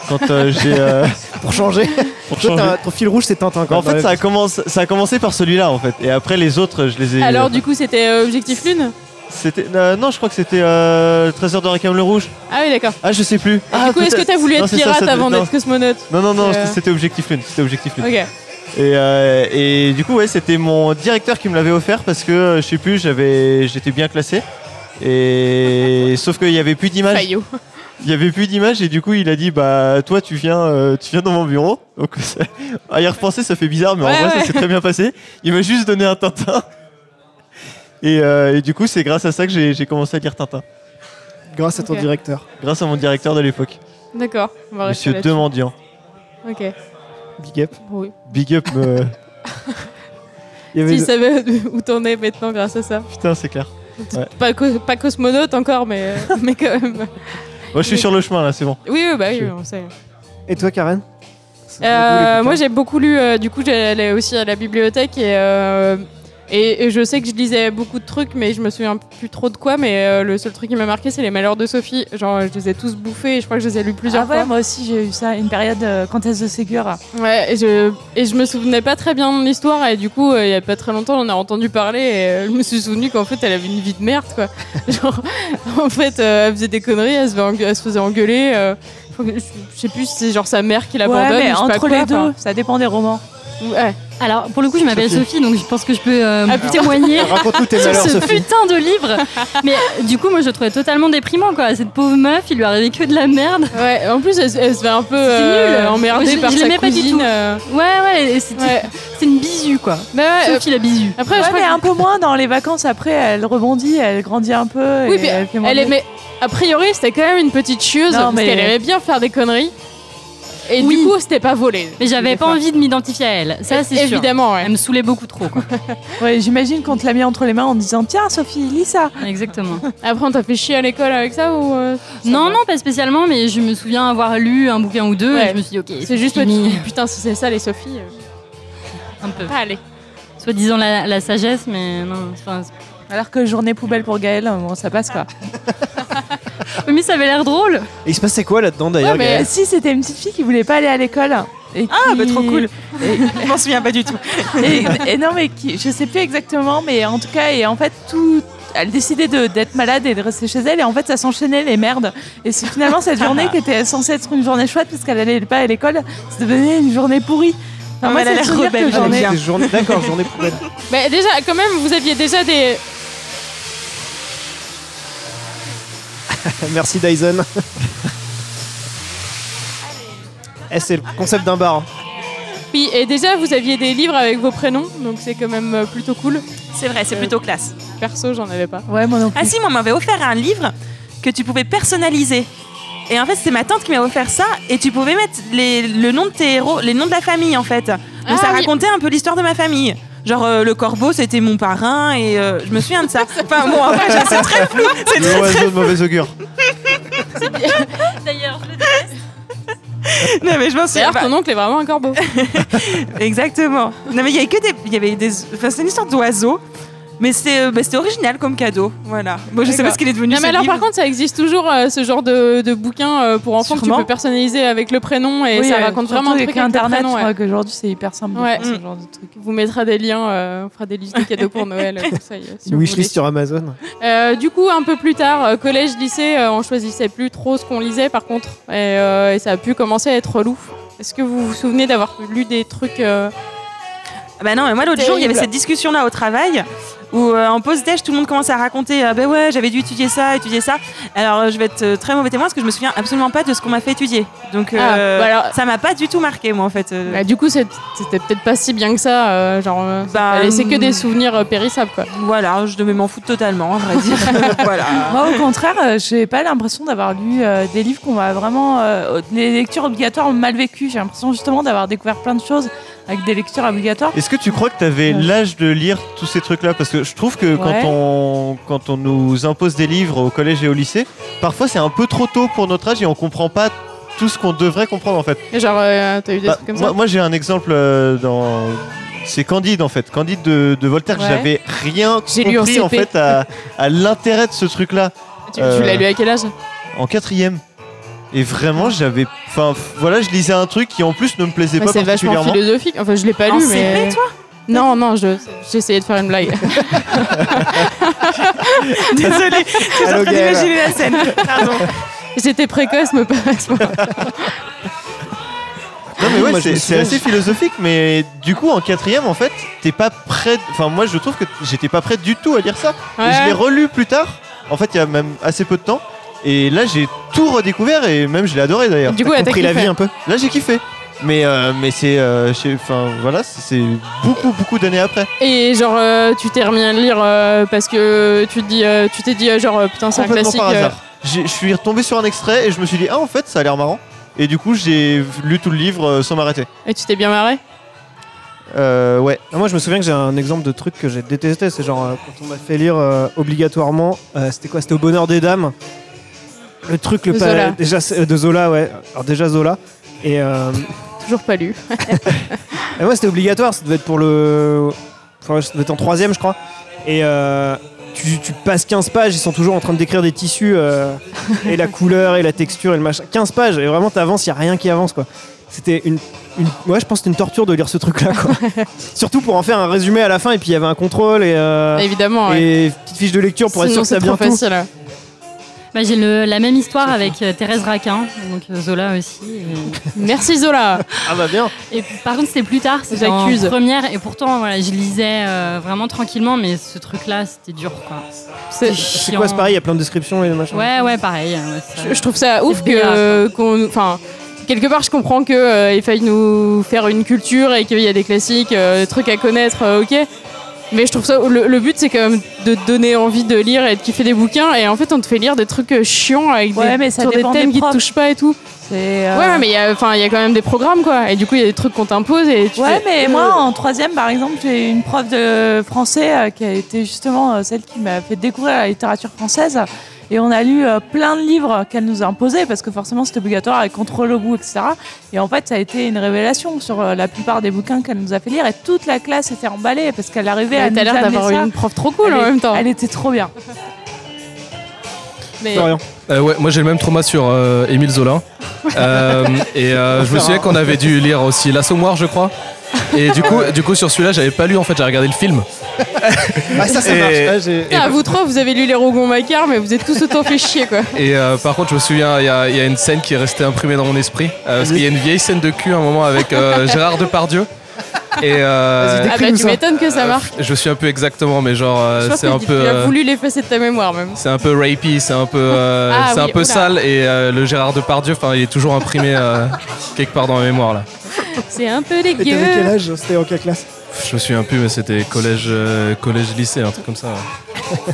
Quand euh, j'ai. euh, Pour changer. pour Toi, changer. t'as- ton fil rouge, c'est Tintin. quoi. Bah, En fait, Ouais. ça a, commencé, ça a commencé par celui-là en fait. Et après, les autres, je les ai. Alors, du coup, c'était euh, Objectif Lune C'était euh, non, je crois que c'était euh, le Trésor de Rackham le Rouge. Ah oui, d'accord. Ah, je sais plus. Et Ah, du coup, est-ce que peut-être. t'as voulu Non, être c'est ça, pirate ça devait- avant non. d'être cosmonaute Non, non, non, Euh. c'était Objectif Lune. C'était Objectif Lune. Ok. Et, euh, et du coup, ouais, c'était mon directeur qui me l'avait offert parce que euh, je sais plus, j'avais, j'étais bien classé. Et sauf qu'il y avait plus d'images. Fayot. Il y avait plus d'images et du coup, il a dit, bah toi, tu viens, euh, tu viens dans mon bureau. Donc, ça- à y repenser, ça fait bizarre, mais Ouais, en vrai, ouais. ça s'est très bien passé. Il m'a juste donné un Tintin. Et, euh, et du coup, c'est grâce à ça que j'ai, j'ai commencé à lire Tintin, Grâce à ton Ok. directeur. grâce à mon directeur de l'époque, D'accord. On va rester Monsieur là-dessus. Demandian. Ok. Big up. Bon, oui. Big up, euh, Il y avait S'il de- savait où t'en es maintenant grâce à ça. putain, c'est clair. Pas, co- pas cosmonaute encore, mais, euh, mais quand même. Moi, je suis sur le chemin là, c'est bon. Oui, oui, bah oui, Je- on sait. Et toi, Karen C'est Euh, beaucoup, les moi, bouquins. j'ai beaucoup lu. euh, du coup, j'allais aussi à la bibliothèque et, euh, et, et je sais que je lisais beaucoup de trucs, mais je me souviens plus trop de quoi. Mais euh, le seul truc qui m'a marqué, c'est les Malheurs de Sophie. Genre, je les ai tous bouffés. Et je crois que je les ai lus plusieurs Ah ouais, fois. moi aussi j'ai eu ça, une période euh, comtesse de Ségur. Ouais. Et je et je me souvenais pas très bien de l'histoire. Et du coup, euh, il y a pas très longtemps, on en a entendu parler. Et euh, je me suis souvenu qu'en fait, elle avait une vie de merde, quoi. Genre, en fait, euh, elle faisait des conneries. Elle se, faisait engue- elle se faisait engueuler. euh, je crois que- je sais plus si c'est genre sa mère qui l'abandonne. Ouais, ou mais je sais pas entre quoi, les deux, enfin. ça dépend des romans. Ouais. Alors, pour le coup, je m'appelle Sophie, donc je pense que je peux euh, Ah, putain. témoigner. Raconte tous tes sur malheurs, ce Sophie. putain de livre. Mais euh, du coup, moi, je le trouvais totalement déprimant, quoi. Cette pauvre meuf, il lui arrivait que de la merde. Ouais, en plus, elle, se- elle se fait un peu C'était euh, nul. emmerdée Je- par je sa l'aimais pas du cousine. tout. euh, Ouais, ouais, et c'était ouais. c'était une bisu, quoi. Mais ouais, euh, Sophie, la bisu. après, Ouais, je crois mais que- un peu moins dans les vacances. Après, elle rebondit, elle grandit un peu. Oui, et mais elle, fait moins elle de- aimait. A priori, c'était quand même une petite chieuse, Non, parce mais- qu'elle aimait bien faire des conneries. Et Oui. du coup, c'était pas volé. Mais j'avais pas envie de m'identifier à elle. Ça, c'est sûr. Évidemment, ouais. Elle me saoulait beaucoup trop, quoi. Ouais, J'imagine qu'on te l'a mis entre les mains en disant Tiens, Sophie, lis ça. Exactement. Après, on t'a fait chier à l'école avec ça ou. euh, ça Non, va non, pas spécialement, mais je me souviens avoir lu un bouquin ou deux Ouais. et je me suis dit, ok, C'est juste toi, tu fini. dis, putain, si c'est ça, les Sophie, euh, un peu. pas aller. Soit disant la, la sagesse, mais non. enfin, c'est- Alors que journée poubelle pour Gaël, bon, ça passe quoi. mais ça avait l'air drôle. Et il se passait quoi là-dedans d'ailleurs Ouais, mais- Gaël Euh, si, c'était une petite fille qui voulait pas aller à l'école. Et Ah, qui- bah trop cool. Je m'en souviens pas du tout. et, et non, mais qui, je sais plus exactement, mais en tout cas, et en fait, tout. Elle décidait de- d'être malade et de rester chez elle, et en fait, ça s'enchaînait les merdes. Et c'est finalement cette journée qui était censée être une journée chouette parce qu'elle allait pas à l'école, ça devenait une journée pourrie. Ah, mais elle a c'est le l'air souvenir rebelle, que j'en Ah, ai. mais c'était journée- D'accord, journée poubelle. Mais déjà, quand même, vous aviez déjà des. Merci Dyson. Eh, c'est le concept d'un bar. hein. Oui, et déjà, vous aviez des livres avec vos prénoms, donc c'est quand même euh, plutôt cool. C'est vrai, c'est plutôt classe. Perso, j'en avais pas. Ouais, moi non plus. Ah si, moi, on m'avait offert un livre que tu pouvais personnaliser. Et en fait, c'est ma tante qui m'a offert ça. Et tu pouvais mettre les- le nom de tes héros, les noms de la famille, en fait. Donc Ah ça oui. racontait un peu l'histoire de ma famille. Genre euh, le corbeau, c'était mon parrain et euh, je me souviens de ça. Enfin bon, après, je- c'est très flou. C'est Le très, oiseau de mauvais augure. D'ailleurs, je le Non mais je m'en souviens. D'ailleurs, ton oncle est vraiment un corbeau. pas. Exactement. Non mais il y avait que des, il y avait des, enfin c'est une histoire d'oiseau. Mais c'était euh, bah, c'était original comme cadeau, voilà. Moi je sais pas D'accord. ce qu'il est devenu. Non, ce mais alors livre. par contre, ça existe toujours euh, ce genre de, de bouquin euh, pour enfants Sûrement. que tu peux personnaliser avec le prénom et ça raconte vraiment un truc euh, avec avec le Internet. prénom, Je ouais. crois qu'aujourd'hui, c'est hyper simple Ouais. de faire Mm. ce genre de truc. On vous mettra des liens, euh, on fera des listes de cadeaux pour Noël. euh, comme ça, y a- si Une vous voulez. wishlist sur Amazon. Euh, du coup, un peu plus tard, euh, collège, lycée, euh, on choisissait plus trop ce qu'on lisait par contre. Et, euh, et ça a pu commencer à être relou. Est-ce que vous vous souvenez d'avoir lu des trucs euh, Ah Bah non, mais moi l'autre jour, il y avait cette Terrible. discussion là au travail où euh, en pause déj, tout le monde commençait à raconter ah ben ouais, j'avais dû étudier ça, étudier ça. Alors euh, je vais être euh, très mauvais témoin parce que je me souviens absolument pas de ce qu'on m'a fait étudier. Donc Ah, euh, bah alors- ça m'a pas du tout marqué moi en fait. euh. Bah, Du coup, c'est- c'était peut-être pas si bien que ça. euh, genre, euh, Bah, fallait- c'est que hum. des souvenirs euh, périssables quoi. Voilà, je devais m'en foutre totalement, à vrai dire. voilà. Moi, au contraire, euh, j'ai pas l'impression d'avoir lu euh, des livres qu'on va vraiment. euh, les lectures obligatoires ont mal vécu. J'ai l'impression justement d'avoir découvert plein de choses avec des lectures obligatoires. Est-ce que tu crois que tu avais Ouais. l'âge de lire tous ces trucs-là Parce que je trouve que Ouais. quand, on, quand on nous impose des livres au collège et au lycée, parfois c'est un peu trop tôt pour notre âge et on comprend pas tout ce qu'on devrait comprendre en fait. Et Genre, euh, t'as eu des Bah, trucs comme ça moi moi, j'ai un exemple euh, dans. C'est Candide en fait, Candide de, de Voltaire. Ouais. J'avais rien J'ai lu en compris en, CP. fait à, à l'intérêt de ce truc-là Tu, tu Euh, l'as lu à quel âge en quatrième. Et vraiment, j'avais. Enfin, f- voilà, je lisais un truc qui en plus ne me plaisait Bah, pas C'est vachement particulièrement. philosophique. Enfin, je l'ai pas En lu, CP, mais. toi Non, non, je- j'essayais de faire une blague. Désolée, je suis en train Allô, Gaëlle. d'imaginer la scène. Pardon. J'étais précoce, mais pas à ce moment. Non mais Moi, ouais, je me c'est c'est souviens, assez philosophique, mais du coup en quatrième en fait, t'es pas prêt. Enfin moi je trouve que j'étais pas prêt du tout à lire ça. Et je l'ai Ouais. relu plus tard. En fait il y a même assez peu de temps. Et là j'ai tout redécouvert et même je l'ai adoré d'ailleurs. Du coup, elle t'a Compris la vie kiffé. un peu. Là j'ai kiffé. Mais euh, mais c'est euh, je sais- enfin voilà c'est c'est beaucoup beaucoup d'années après. Et genre, euh, tu t'es remis à le lire euh, parce que tu te dis, euh, tu t'es dit, euh, genre, euh, putain, c'est un Complètement classique. par euh, hasard. J'ai- Je suis retombé sur un extrait et je me suis dit ah en fait ça a l'air marrant. Et du coup j'ai lu tout le livre euh, sans m'arrêter. et tu t'es bien marré. Euh, ouais. Ah, Moi, je me souviens que j'ai un exemple de truc que j'ai détesté. C'est genre euh, quand on m'a fait lire euh, obligatoirement, euh, c'était quoi C'était au Bonheur des Dames. Le truc le De pas- Zola. déjà c'est- euh, de Zola, ouais. Alors déjà Zola. Et, euh, Toujours pas lu. et moi, c'était obligatoire. Ça devait être pour le, enfin, ça devait être en troisième, je crois. Et euh, tu, tu passes 15 pages, ils sont toujours en train de décrire des tissus euh, et la couleur et la texture et le machin. 15 pages et vraiment t'avances, il y a rien qui avance quoi. C'était une, une- ouais, je pense que c'était une torture de lire ce truc là quoi. Surtout pour en faire un résumé à la fin et puis il y avait un contrôle et, euh, Ah. Évidemment, ouais. et petite fiche de lecture pour être sûr Sinon, que ça c'est bien trop tout. facile. hein. ouais. Bah, j'ai le- la même histoire avec euh, Thérèse Raquin, donc euh, Zola aussi. Merci Zola. Ah bah bien. Et, et par contre, c'était plus tard, c'était en J'accuse. première. Et pourtant, voilà, je lisais euh, vraiment tranquillement, mais ce truc-là, c'était dur. quoi. C'est- C'est quoi c'est pareil, il y a plein de descriptions et le machin. Ouais, ouais, pareil. euh, ça- Je, je trouve ça ouf dégueulasse, que euh, qu'on, enfin. Quelque part, je comprends que euh, il faille nous faire une culture et qu'il y a des classiques, euh, des trucs à connaître, euh, ok. Mais je trouve ça. Le, le but, c'est quand même de te donner envie de lire et de kiffer des bouquins. Et en fait, on te fait lire des trucs euh, chiants avec Ouais, des, mais ça sur des dépend thèmes des qui te profs. touchent pas et tout. C'est, euh, Ouais, ouais, mais il y a- enfin, il y a quand même des programmes, quoi. Et du coup, il y a des trucs qu'on t'impose et tu Ouais, fais- Euh, mais moi, en troisième, par exemple, j'ai une prof de français euh, qui a été justement euh, celle qui m'a fait découvrir la littérature française. Et on a lu euh, plein de livres qu'elle nous a imposés parce que forcément c'était obligatoire avec contrôle au goût, etc. Et en fait, ça a été une révélation sur euh, la plupart des bouquins qu'elle nous a fait lire. Et toute la classe était emballée parce qu'elle arrivait à Mais nous T'as l'air amener d'avoir ça. une prof trop cool elle, en est- même temps. elle était trop bien. Mais- Florian. Euh, ouais, moi j'ai le même trauma sur euh, Émile Zola. Euh, et euh, je me souviens qu'on avait dû lire aussi L'Assommoir, je crois. Et du coup, du coup sur celui-là, j'avais pas lu en fait, j'ai regardé le film. Ah ça ça Et- marche. Ah, j'ai- Putain, vous trois, vous avez lu les Rogon-Macquart, mais vous êtes tous autant fait chier, quoi. Et euh, par contre, je me souviens, il y, a- il y a une scène qui est restée imprimée dans mon esprit. euh, parce qu'il y a une vieille scène de cul à un moment avec euh, Gérard Depardieu. Et euh, Vas-y, Ah bah, Écris-nous tu ça. m'étonnes que ça euh, marche. je me souviens un peu exactement, mais genre, euh, Je pense c'est que un tu- peu. Tu as euh, voulu l'effacer de ta mémoire, même. C'est un peu rapey, c'est un peu, euh, Ah c'est un oui, peu oula. sale et euh, le Gérard Depardieu, enfin, il est toujours imprimé euh, quelque part dans ma mémoire là. C'est un peu Et t'avais quel dégueu. âge C'était en quelle classe Je me souviens plus, mais c'était collège, euh, collège, lycée, un truc comme ça. ouais. euh,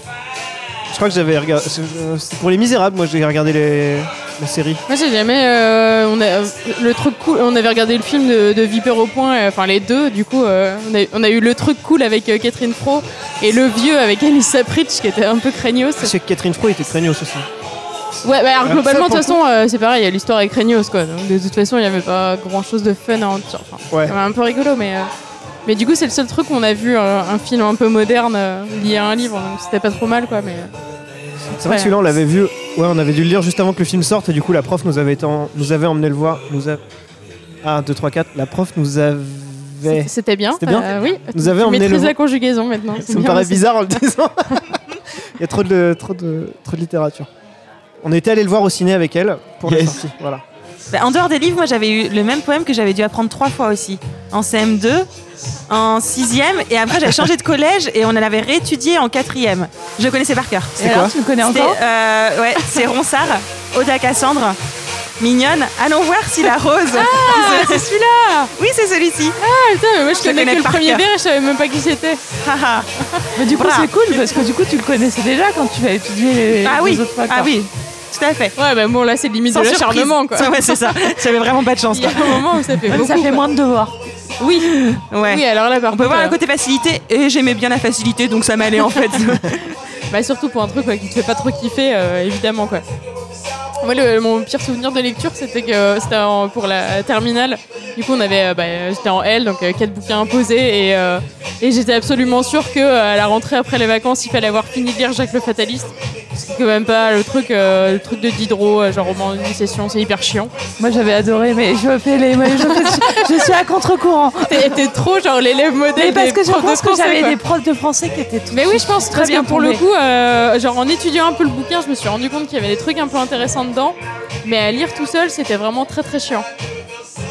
Je crois que j'avais regardé. C'était pour les Misérables. Moi, j'ai regardé les. la série Moi, j'ai jamais. euh, on a, le truc cool, on avait regardé le film de, de Viper au point, euh, enfin les deux, du coup, euh, on, a, on a eu le truc cool avec euh, Catherine Fro et le vieux avec Alyssa Pritch qui était un peu craignos. C'est que Catherine Fro était craignos aussi. Ouais, bah, alors Ouais, globalement, ça, de pour toute façon, euh, c'est pareil, il y a l'histoire avec craignos, quoi. Donc, de toute façon, il n'y avait pas grand chose de fun à en dire. Enfin, Ouais. c'est un peu rigolo, mais. euh, mais du coup, c'est le seul truc où on a vu euh, un film un peu moderne euh, lié à un livre, donc c'était pas trop mal, quoi. Mais C'est vrai que Ouais. celui-là, on l'avait vu. Ouais, on avait dû le lire juste avant que le film sorte. Et du coup, la prof nous avait, été en- nous avait emmené le voir. Nous a... Ah, 1, 2, 3, 4. La prof nous avait. c'était- c'était bien. C'était bien euh, oui. Nous avait Tu emmené le maîtrises voir. la conjugaison maintenant. c'est Ça me bien, paraît mais c'est- bizarre en le disant. Il y a trop de, trop, de, trop de littérature. On était allé le voir au ciné avec elle pour la Yes. sortie. Voilà. Bah, en dehors des livres, moi j'avais eu le même poème que j'avais dû apprendre trois fois aussi. En CM2, en 6ème, et après j'avais changé de collège et on l'avait réétudié en 4ème. Je le connaissais par cœur. Et alors, tu le connais C'était, encore euh, ouais, c'est Ronsard, Oda à Cassandre, mignonne. Allons voir si la rose. Ah, c'est celui-là oui, c'est celui-ci. Ah, Putain, mais moi je Je connais connais que le par premier cœur. verre et je savais même pas qui c'était. ah Mais du coup, Voilà. c'est cool parce que du coup, tu le connaissais déjà quand tu l'as étudié les, les oui, autres fois. ah quoi. oui, tout à fait. Ouais, bah bon, là c'est limite Sans de surprise. l'acharnement quoi. Ouais, c'est ça. J'avais vraiment pas de chance. Il y quoi. a un moment où ça fait Ouais, mais beaucoup. ça fait moins de devoirs. Oui, Ouais. oui, alors là par On peut contre, voir le euh, côté facilité et j'aimais bien la facilité donc ça m'allait en fait. bah, surtout pour un truc quoi, qui te fait pas trop kiffer, euh, évidemment quoi. Moi, le- mon pire souvenir de lecture, c'était que euh, c'était en- pour la terminale. Du coup, on avait, euh, bah, euh, j'étais en L, donc euh, quatre bouquins imposés, et, euh, et j'étais absolument sûre que euh, à la rentrée après les vacances, il fallait avoir fini de lire Jacques le Fataliste. C'est quand même pas le truc, euh, le truc de Diderot, euh, genre roman d'initiation, c'est hyper chiant. Moi, j'avais adoré, mais je fais les. moi, je, fais- je suis à contre-courant. T'es t'es trop genre l'élève modèle. Mais parce des que je profs de pense que français, j'avais quoi. des profs de français qui étaient tout. Mais oui, je pense Très très bien bien pour le tombé. coup. euh, genre en étudiant un peu le bouquin, je me suis rendu compte qu'il y avait des trucs un peu intéressants dedans. Mais à lire tout seul, c'était vraiment très très chiant.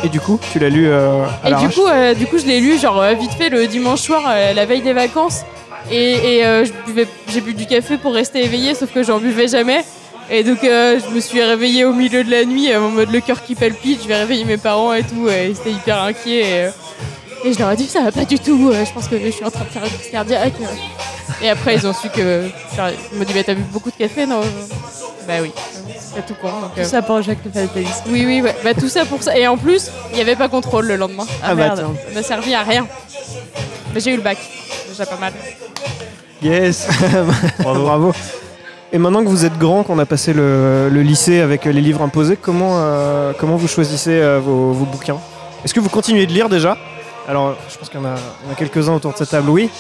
Et du coup, tu l'as lu euh, à Et du l'arrache. coup, euh, du coup, je l'ai lu genre euh, vite fait le dimanche soir, euh, la veille des vacances. Et, et, euh, je buvais- j'ai bu du café pour rester éveillée, sauf que j'en buvais jamais. Et donc, euh, je me suis réveillée au milieu de la nuit, euh, en mode le cœur qui palpite. Je vais réveiller mes parents et tout. Et ils étaient hyper inquiets. Et, euh, et je leur ai dit, ça va pas du tout. euh, je pense que je suis en train de faire une crise cardiaque. euh. Et après, ils ont su que. genre, ils m'ont dit, bah, t'as bu beaucoup de café, non Bah oui, c'est tout con. donc, euh, Tout ça pour Jacques Le Fataliste. oui, oui, ouais. bah, tout ça pour ça. Et en plus, il n'y avait pas contrôle le lendemain. Ah, bah merde. tiens. Ça m'a servi à rien. Mais j'ai eu le bac. Déjà pas mal. Yes Bravo. Et maintenant que vous êtes grand, qu'on a passé le, le lycée avec les livres imposés, comment, euh, comment vous choisissez euh, vos, vos bouquins Est-ce que vous continuez de lire déjà Alors, je pense qu'il y en a, il y en a quelques-uns autour de cette table, oui.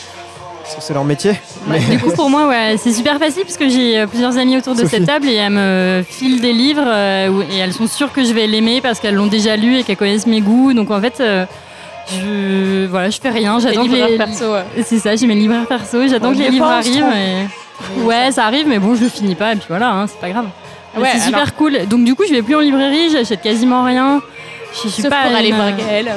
Parce que c'est leur métier. Ouais, du coup, pour moi, ouais, c'est super facile parce que j'ai euh, plusieurs amis autour de Sophie. cette table et elles me filent des livres euh, où- et elles sont sûres que je vais l'aimer parce qu'elles l'ont déjà lu et qu'elles connaissent mes goûts. Donc en fait, euh, je voilà, je fais rien, J'ai j'attends que les perso. euh, ouais. c'est ça, j'ai mes libraires perso, j'attends On que les le livres pense, arrivent. trop. et- Ouais, ça arrive, mais bon, je le finis pas, et puis voilà, hein, c'est pas grave. Mais Ouais, c'est super alors- cool. Donc, du coup, je vais plus en librairie, j'achète quasiment rien. Je je suis Sauf pas pour aller une- euh, voir Gaël.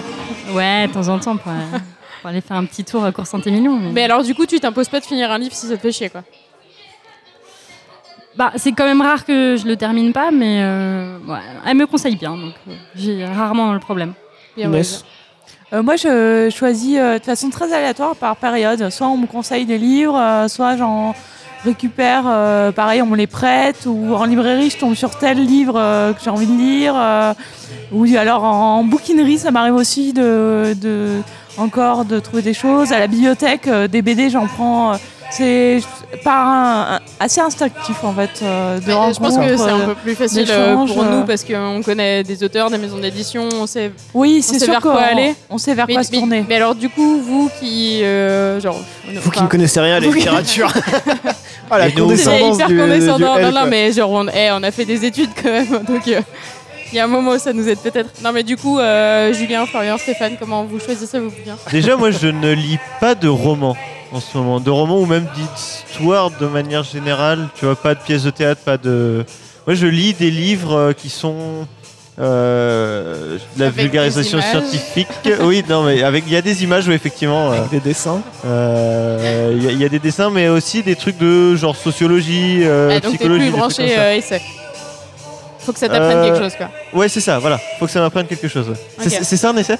Ouais, de temps en temps, pour, euh, pour aller faire un petit tour à Cour Saint-Émilion. mais- Mais alors, du coup, tu t'imposes pas de finir un livre si ça te fait chier, quoi. Bah, c'est quand même rare que je le termine pas, mais euh, ouais, elle me conseille bien, donc euh, j'ai rarement le problème. Bien, Inès. Euh, moi, je choisis euh, de façon très aléatoire par période. Soit on me conseille des livres, euh, soit j'en récupère, euh, pareil, on me les prête, ou en librairie, je tombe sur tel livre euh, que j'ai envie de lire. euh, ou alors en, en bouquinerie, ça m'arrive aussi de, de- encore de trouver des choses. À la bibliothèque, euh, des BD, j'en prends. euh, c'est par un- un- assez instinctif en fait euh, de Ouais, je pense que rencontres, c'est un euh, peu plus facile euh, d'échanges, pour euh. nous parce qu'on connaît des auteurs, des maisons d'édition, on sait. oui c'est sait sûr vers quoi qu'on- aller. on sait vers mais, quoi se mais- tourner mais alors, du coup, vous qui. euh, genre, on- Vous qui enfin, ne connaissez rien à la vous qui- littérature. ah, la Et nous, C'est condescendance hyper du, condescendant. du L, non, quoi. non, mais genre, on, eh, on a fait des études quand même. Donc, euh, il y a un moment où ça nous aide peut-être. Non, mais du coup, euh, Julien, Florian, Stéphane, comment vous choisissez vos bouquins Déjà, moi, je ne lis pas de romans en ce moment, de romans ou même d'histoires de manière générale. Tu vois, pas de pièces de théâtre, pas de. Moi, je lis des livres euh, qui sont euh, de la Avec des vulgarisation images. scientifique. oui, non, mais avec il y a des images, où effectivement. euh, Des dessins. euh, Il y, a- il y a des dessins, mais aussi des trucs de genre sociologie, euh, Ah, Donc, t'es psychologie. plus des trucs comme branché ça. euh, essai. Faut que ça t'apprenne Euh, quelque chose, quoi. Ouais, c'est ça. Voilà. Faut que ça m'apprenne quelque chose. ouais. euh. Ok. C'est- C'est ça un essai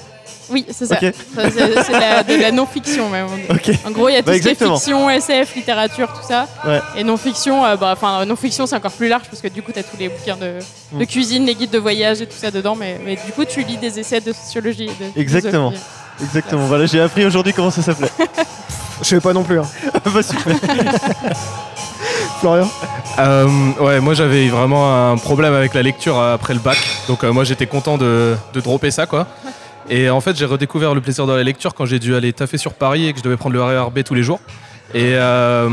Oui, c'est ça. Ok. Ça, c'est c'est de la, de la non-fiction, même. on dit. Ok. En gros, il y a tout Bah, ce qui est exactement. fiction, SF, littérature, tout ça. Ouais. Et non-fiction, euh, bah, enfin, non-fiction, c'est encore plus large parce que du coup, tu as tous les bouquins de, Hmm. de cuisine, les guides de voyage et tout ça dedans. Mais, mais du coup, tu lis des essais de sociologie. et de Exactement. philosophie. Exactement. Voilà, j'ai appris aujourd'hui comment ça s'appelait. Je sais pas non plus. hein. Bah, super. Florian Euh, ouais, moi j'avais vraiment un problème avec la lecture euh, après le bac, donc euh, moi j'étais content de, de dropper ça quoi. Et en fait j'ai redécouvert le plaisir de la lecture quand j'ai dû aller taffer sur Paris et que je devais prendre le RERB tous les jours. Et, euh,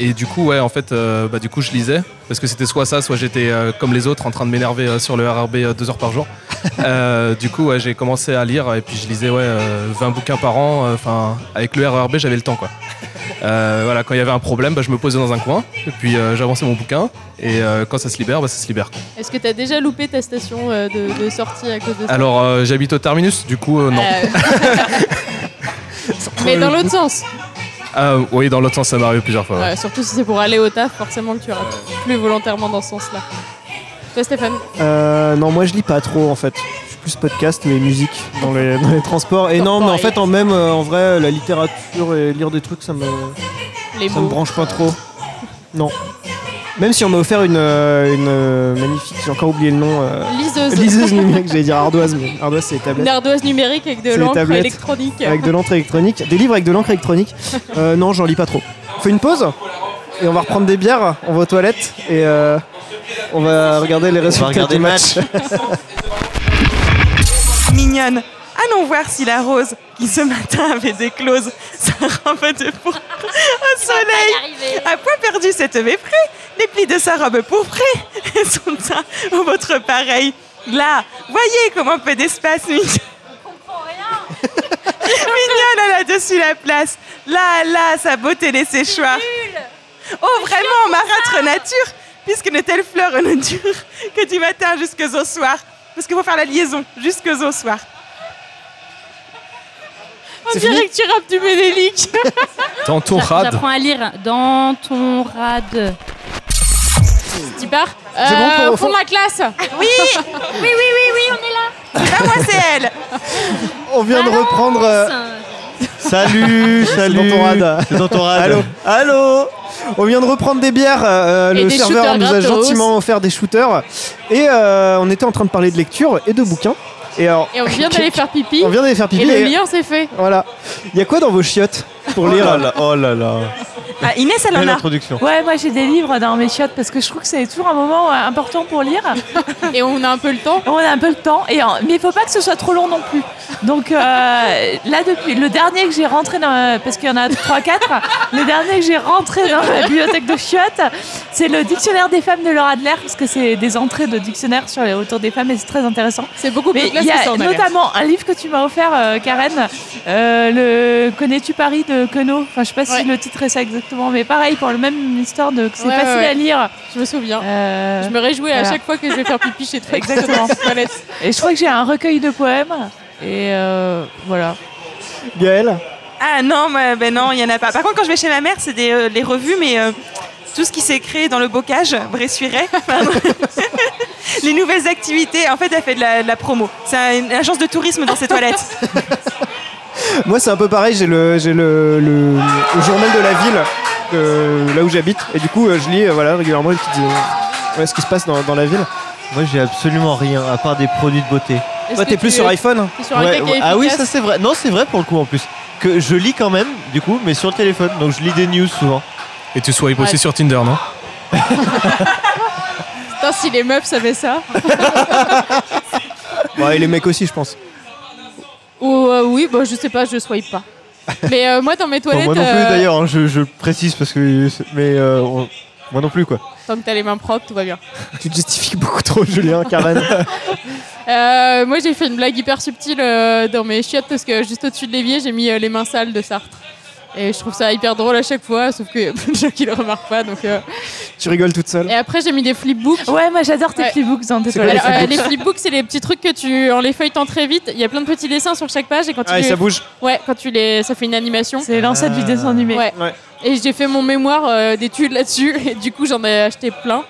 et du coup ouais en fait euh, bah, du coup je lisais parce que c'était soit ça soit j'étais euh, comme les autres en train de m'énerver euh, sur le RERB euh, deux heures par jour. Euh, du coup ouais, j'ai commencé à lire et puis je lisais ouais euh, 20 bouquins par an. Enfin avec le RERB j'avais le temps quoi. Euh, voilà, quand il y avait un problème, bah, je me posais dans un coin, et puis euh, j'avançais mon bouquin, et euh, quand ça se libère, bah, ça se libère. quoi. Est-ce que tu as déjà loupé ta station euh, de, de sortie à cause de ça Alors, euh, j'habite au terminus, du coup, euh, non. Euh, mais dans l'autre sens. Ah, oui, dans l'autre sens, ça m'est arrivé plusieurs fois. ouais. Ouais, surtout si c'est pour aller au taf, forcément que tu iras plus volontairement dans ce sens-là. Toi, Stéphane Euh, non, moi je lis pas trop en fait. Je suis plus podcast mais musique dans les, dans les transports. Et non, mais en fait, en même, euh, en vrai, la littérature et lire des trucs, ça me, Les ça me mots. branche pas trop. Non. Même si on m'a offert une, euh, une euh, magnifique, j'ai encore oublié le nom, euh, Liseuse. liseuse numérique, j'allais dire ardoise, mais ardoise c'est les Une tablettes. ardoise numérique avec de C'est les l'encre tablettes. électronique. Avec de l'encre électronique, des livres avec de l'encre électronique. Euh, non, j'en lis pas trop. On fait une pause et on va reprendre des bières, on va aux toilettes et euh, on va regarder les résultats regarder du le match. Mignonne. Allons voir si la rose, qui ce matin avait des clauses, sa robe de pourpre au soleil, a point perdu cette mépris. Les plis de sa robe pourprée et son teint au votre pareil. Là, voyez comment peu d'espace, mignonne. Mignonne, elle a dessus la place. Là, là, sa beauté laissée choix. Oh, vraiment, marâtre nature, puisque de telles fleurs ne durent que du matin jusqu'au soir. Parce qu'il faut faire la liaison jusqu'au soir. On dirait que tu rappes du Ménélique. Dans ton J'a- rad, J'apprends à lire dans ton rad. Euh, Tu pars C'est bon pour- Euh, au fond de la classe. Oui, oui, oui, oui, oui, on est là. C'est pas Ah, moi, c'est elle. On vient de reprendre. euh, Salut, salut. dans ton radar. C'est dans ton radar. Allô Allô On vient de reprendre des bières. euh, Et le des serveur shooters nous a gratos. gentiment offert des shooters. Et euh, on était en train de parler de lecture et de bouquins. Et, alors, Et on vient d'aller faire pipi. on vient d'aller faire pipi. Et le et- lien, c'est fait. voilà. Il y a quoi dans vos chiottes pour Oh lire là là, oh là là. Ah, Inès, elle en Belle a. introduction. Ouais, moi j'ai des livres dans mes chiottes parce que je trouve que c'est toujours un moment euh, important pour lire. Et on a un peu le temps. On a un peu le temps, et en- mais il faut pas que ce soit trop long non plus. Donc euh, là, depuis le dernier que j'ai rentré dans, ma- parce qu'il y en a 3-4, le dernier que j'ai rentré dans la bibliothèque de chiottes, c'est le dictionnaire des femmes de Laura Adler, parce que c'est des entrées de dictionnaire sur les retours des femmes, et c'est très intéressant. C'est beaucoup Mais plus il classe y que a ça, on a l'air. notamment un livre que tu m'as offert, euh, Karen, euh, le Connais-tu Paris de Queneau Enfin, je sais pas si Ouais. le titre est ça exactement, mais pareil, pour la même histoire de que c'est Ouais, facile ouais, ouais. à lire. Je me souviens. Euh, Je me réjouis à voilà. chaque fois que je vais faire pipi chez toi. Exactement. Toilette. Et je crois que j'ai un recueil de poèmes, et euh, voilà. Gaël Ah non, bah, ben non, il y en a pas. Par contre, quand je vais chez ma mère, c'est des, euh, les revues, mais euh, tout ce qui s'est créé dans le bocage, Bressuiret, pardon. les nouvelles activités. En fait, elle fait de la, de la promo. C'est un- une agence de tourisme dans ses toilettes. Moi, c'est un peu pareil. J'ai le, j'ai le, le- le journal de la ville, euh, là où j'habite. Et du coup, euh, je lis euh, voilà, régulièrement les petites, euh, ouais, ce qui se passe dans, dans la ville. Moi, j'ai absolument rien à part des produits de beauté. Est-ce Toi, que t'es plus tu- sur iPhone hein t'es sur un Ouais, caca ouais. Ah oui, ça efficace c'est vrai. Non, c'est vrai pour le coup en plus. Que je lis quand même, du coup, mais sur le téléphone. Donc je lis des news souvent. et tu swipes aussi Ouais. sur Tinder, non Putain, si les meufs savaient ça. Ouais, et les mecs aussi, je pense. Ou, euh, oui, bon, je sais pas, je swipe pas. Mais euh, moi, dans mes Enfin, toilettes, moi non plus euh, d'ailleurs, hein, je, je précise parce que. Mais euh, on- moi non plus quoi. tant que t'as les mains propres, tout va bien. Tu te justifies beaucoup trop, Julien, Karen. Euh, moi, j'ai fait une blague hyper subtile euh, dans mes chiottes parce que juste au-dessus de l'évier, j'ai mis euh, les mains sales de Sartre. Et je trouve ça hyper drôle à chaque fois, sauf qu'il y a plein de gens qui le remarquent pas. Donc, euh. tu rigoles toute seule. Et après, j'ai mis des flipbooks. Ouais, moi j'adore tes Ouais. playbooks dans tes C'est quoi toilettes. Alors, euh, les flipbooks, c'est les petits trucs que tu en les feuilletant très vite. Il y a plein de petits dessins sur chaque page et quand tu, Ah, et les- ça bouge. ouais, quand tu les, ça fait une animation. C'est l'ancêtre du Ah. dessin animé. Ouais. Ouais. Et j'ai fait mon mémoire euh, d'études là-dessus et du coup j'en ai acheté plein.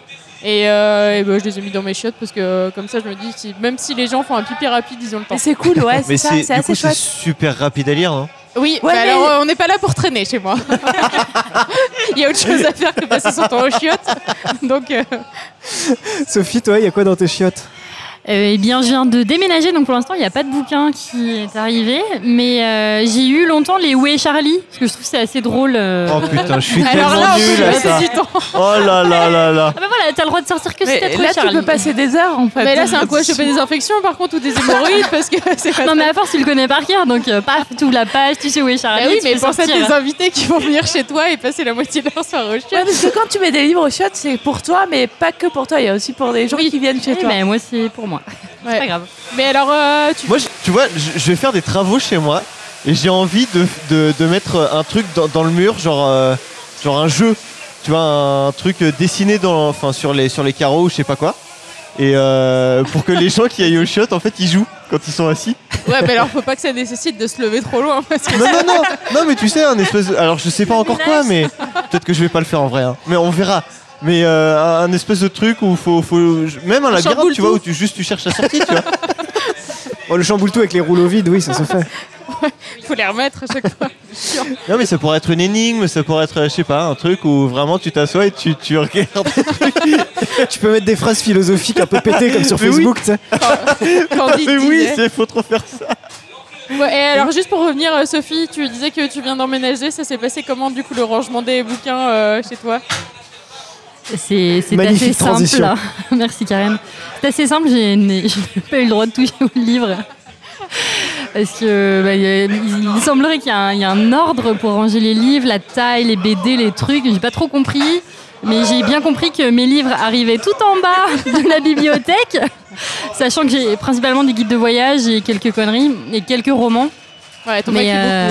Et, euh, et ben, je les ai mis dans mes chiottes parce que euh, comme ça, je me dis, si- même si les gens font un pipi rapide, ils ont le temps. Mais c'est cool, ouais, Mais c'est ça, c'est c'est du coup assez c'est chouette. super rapide à lire. hein. Oui, Ouais, mais mais- alors euh, on n'est pas là pour traîner chez moi. Il y a autre chose à faire que passer son temps aux chiottes. Donc, euh, Sophie, toi, il y a quoi dans tes chiottes Euh, eh bien, je viens de déménager, donc pour l'instant, il n'y a pas de bouquin qui est arrivé. Mais euh, j'ai eu longtemps les Où est Charlie Parce que je trouve que c'est assez drôle. euh. Oh putain, je suis alors tellement là, on peut nul à passer ça. du temps. Oh là là là là. Ah bah voilà, t'as le droit de sortir que si Mais t'as trouvé là, tu Charlie. peux passer des heures en fait. Mais là, c'est un quoi Je fais des infections par contre ou des hémorroïdes parce que c'est pas. Non, mais à force, tu le connais par cœur, donc euh, paf, tu ouvres la page, tu sais Où est Charlie. Bah oui, tu mais peux pense à sortir. tes invités qui vont venir chez toi et passer la moitié de leur soirée aux Ouais, chiottes. parce que quand tu mets des livres au shot, c'est pour toi, mais pas que pour toi. Il y a aussi pour des gens Oui. qui viennent chez Eh toi. ben, moi, c'est pour moi. C'est pas Ouais. grave. Mais alors, euh, tu Moi, je- tu vois, je, je vais faire des travaux chez moi et j'ai envie de, de- de mettre un truc dans, dans le mur, genre, euh, genre un jeu. Tu vois, un truc dessiné dans, enfin, sur, les, sur les carreaux ou je sais pas quoi. Et euh, pour que les gens qui aillent au chiottes, en fait, ils jouent quand ils sont assis. Ouais, mais alors faut pas que ça nécessite de se lever trop loin parce que Non, non, non, non, mais tu sais, un espèce. de- Alors, je sais pas encore quoi, mais peut-être que je vais pas le faire en vrai. hein. Mais on verra. Mais euh, un un espèce de truc où faut, faut je- même un labyrinthe, chamboule tu vois, tout. où tu juste tu cherches la sortie, tu vois. oh, Le chamboule tout avec les rouleaux vides, oui, ça se fait. faut les remettre à chaque fois. Non, mais ça pourrait être une énigme, ça pourrait être, euh, je sais pas, un truc où vraiment tu t'assois et tu, tu regardes. tu peux mettre des phrases philosophiques un peu pétées comme sur Mais oui. Facebook, tu sais. Candide Mais oui, disait. c'est faut trop faire ça. Ouais, et alors juste pour revenir, euh, Sophie, tu disais que tu viens d'emménager, ça s'est passé comment du coup le rangement des bouquins euh, chez toi C'est c'est Magnifique assez simple. transition. là. Merci Karen. C'est assez simple, j'ai- n'ai- je n'ai pas eu le droit de toucher au livre. Parce que bah, il y a- il il semblerait qu'il y, a un- il y a un ordre pour ranger les livres, la taille, les BD, les trucs. J'ai pas trop compris, mais j'ai bien compris que mes livres arrivaient tout en bas de la bibliothèque, sachant que j'ai principalement des guides de voyage et quelques conneries et quelques romans. Ouais, ton mec Mais est beaucoup. euh,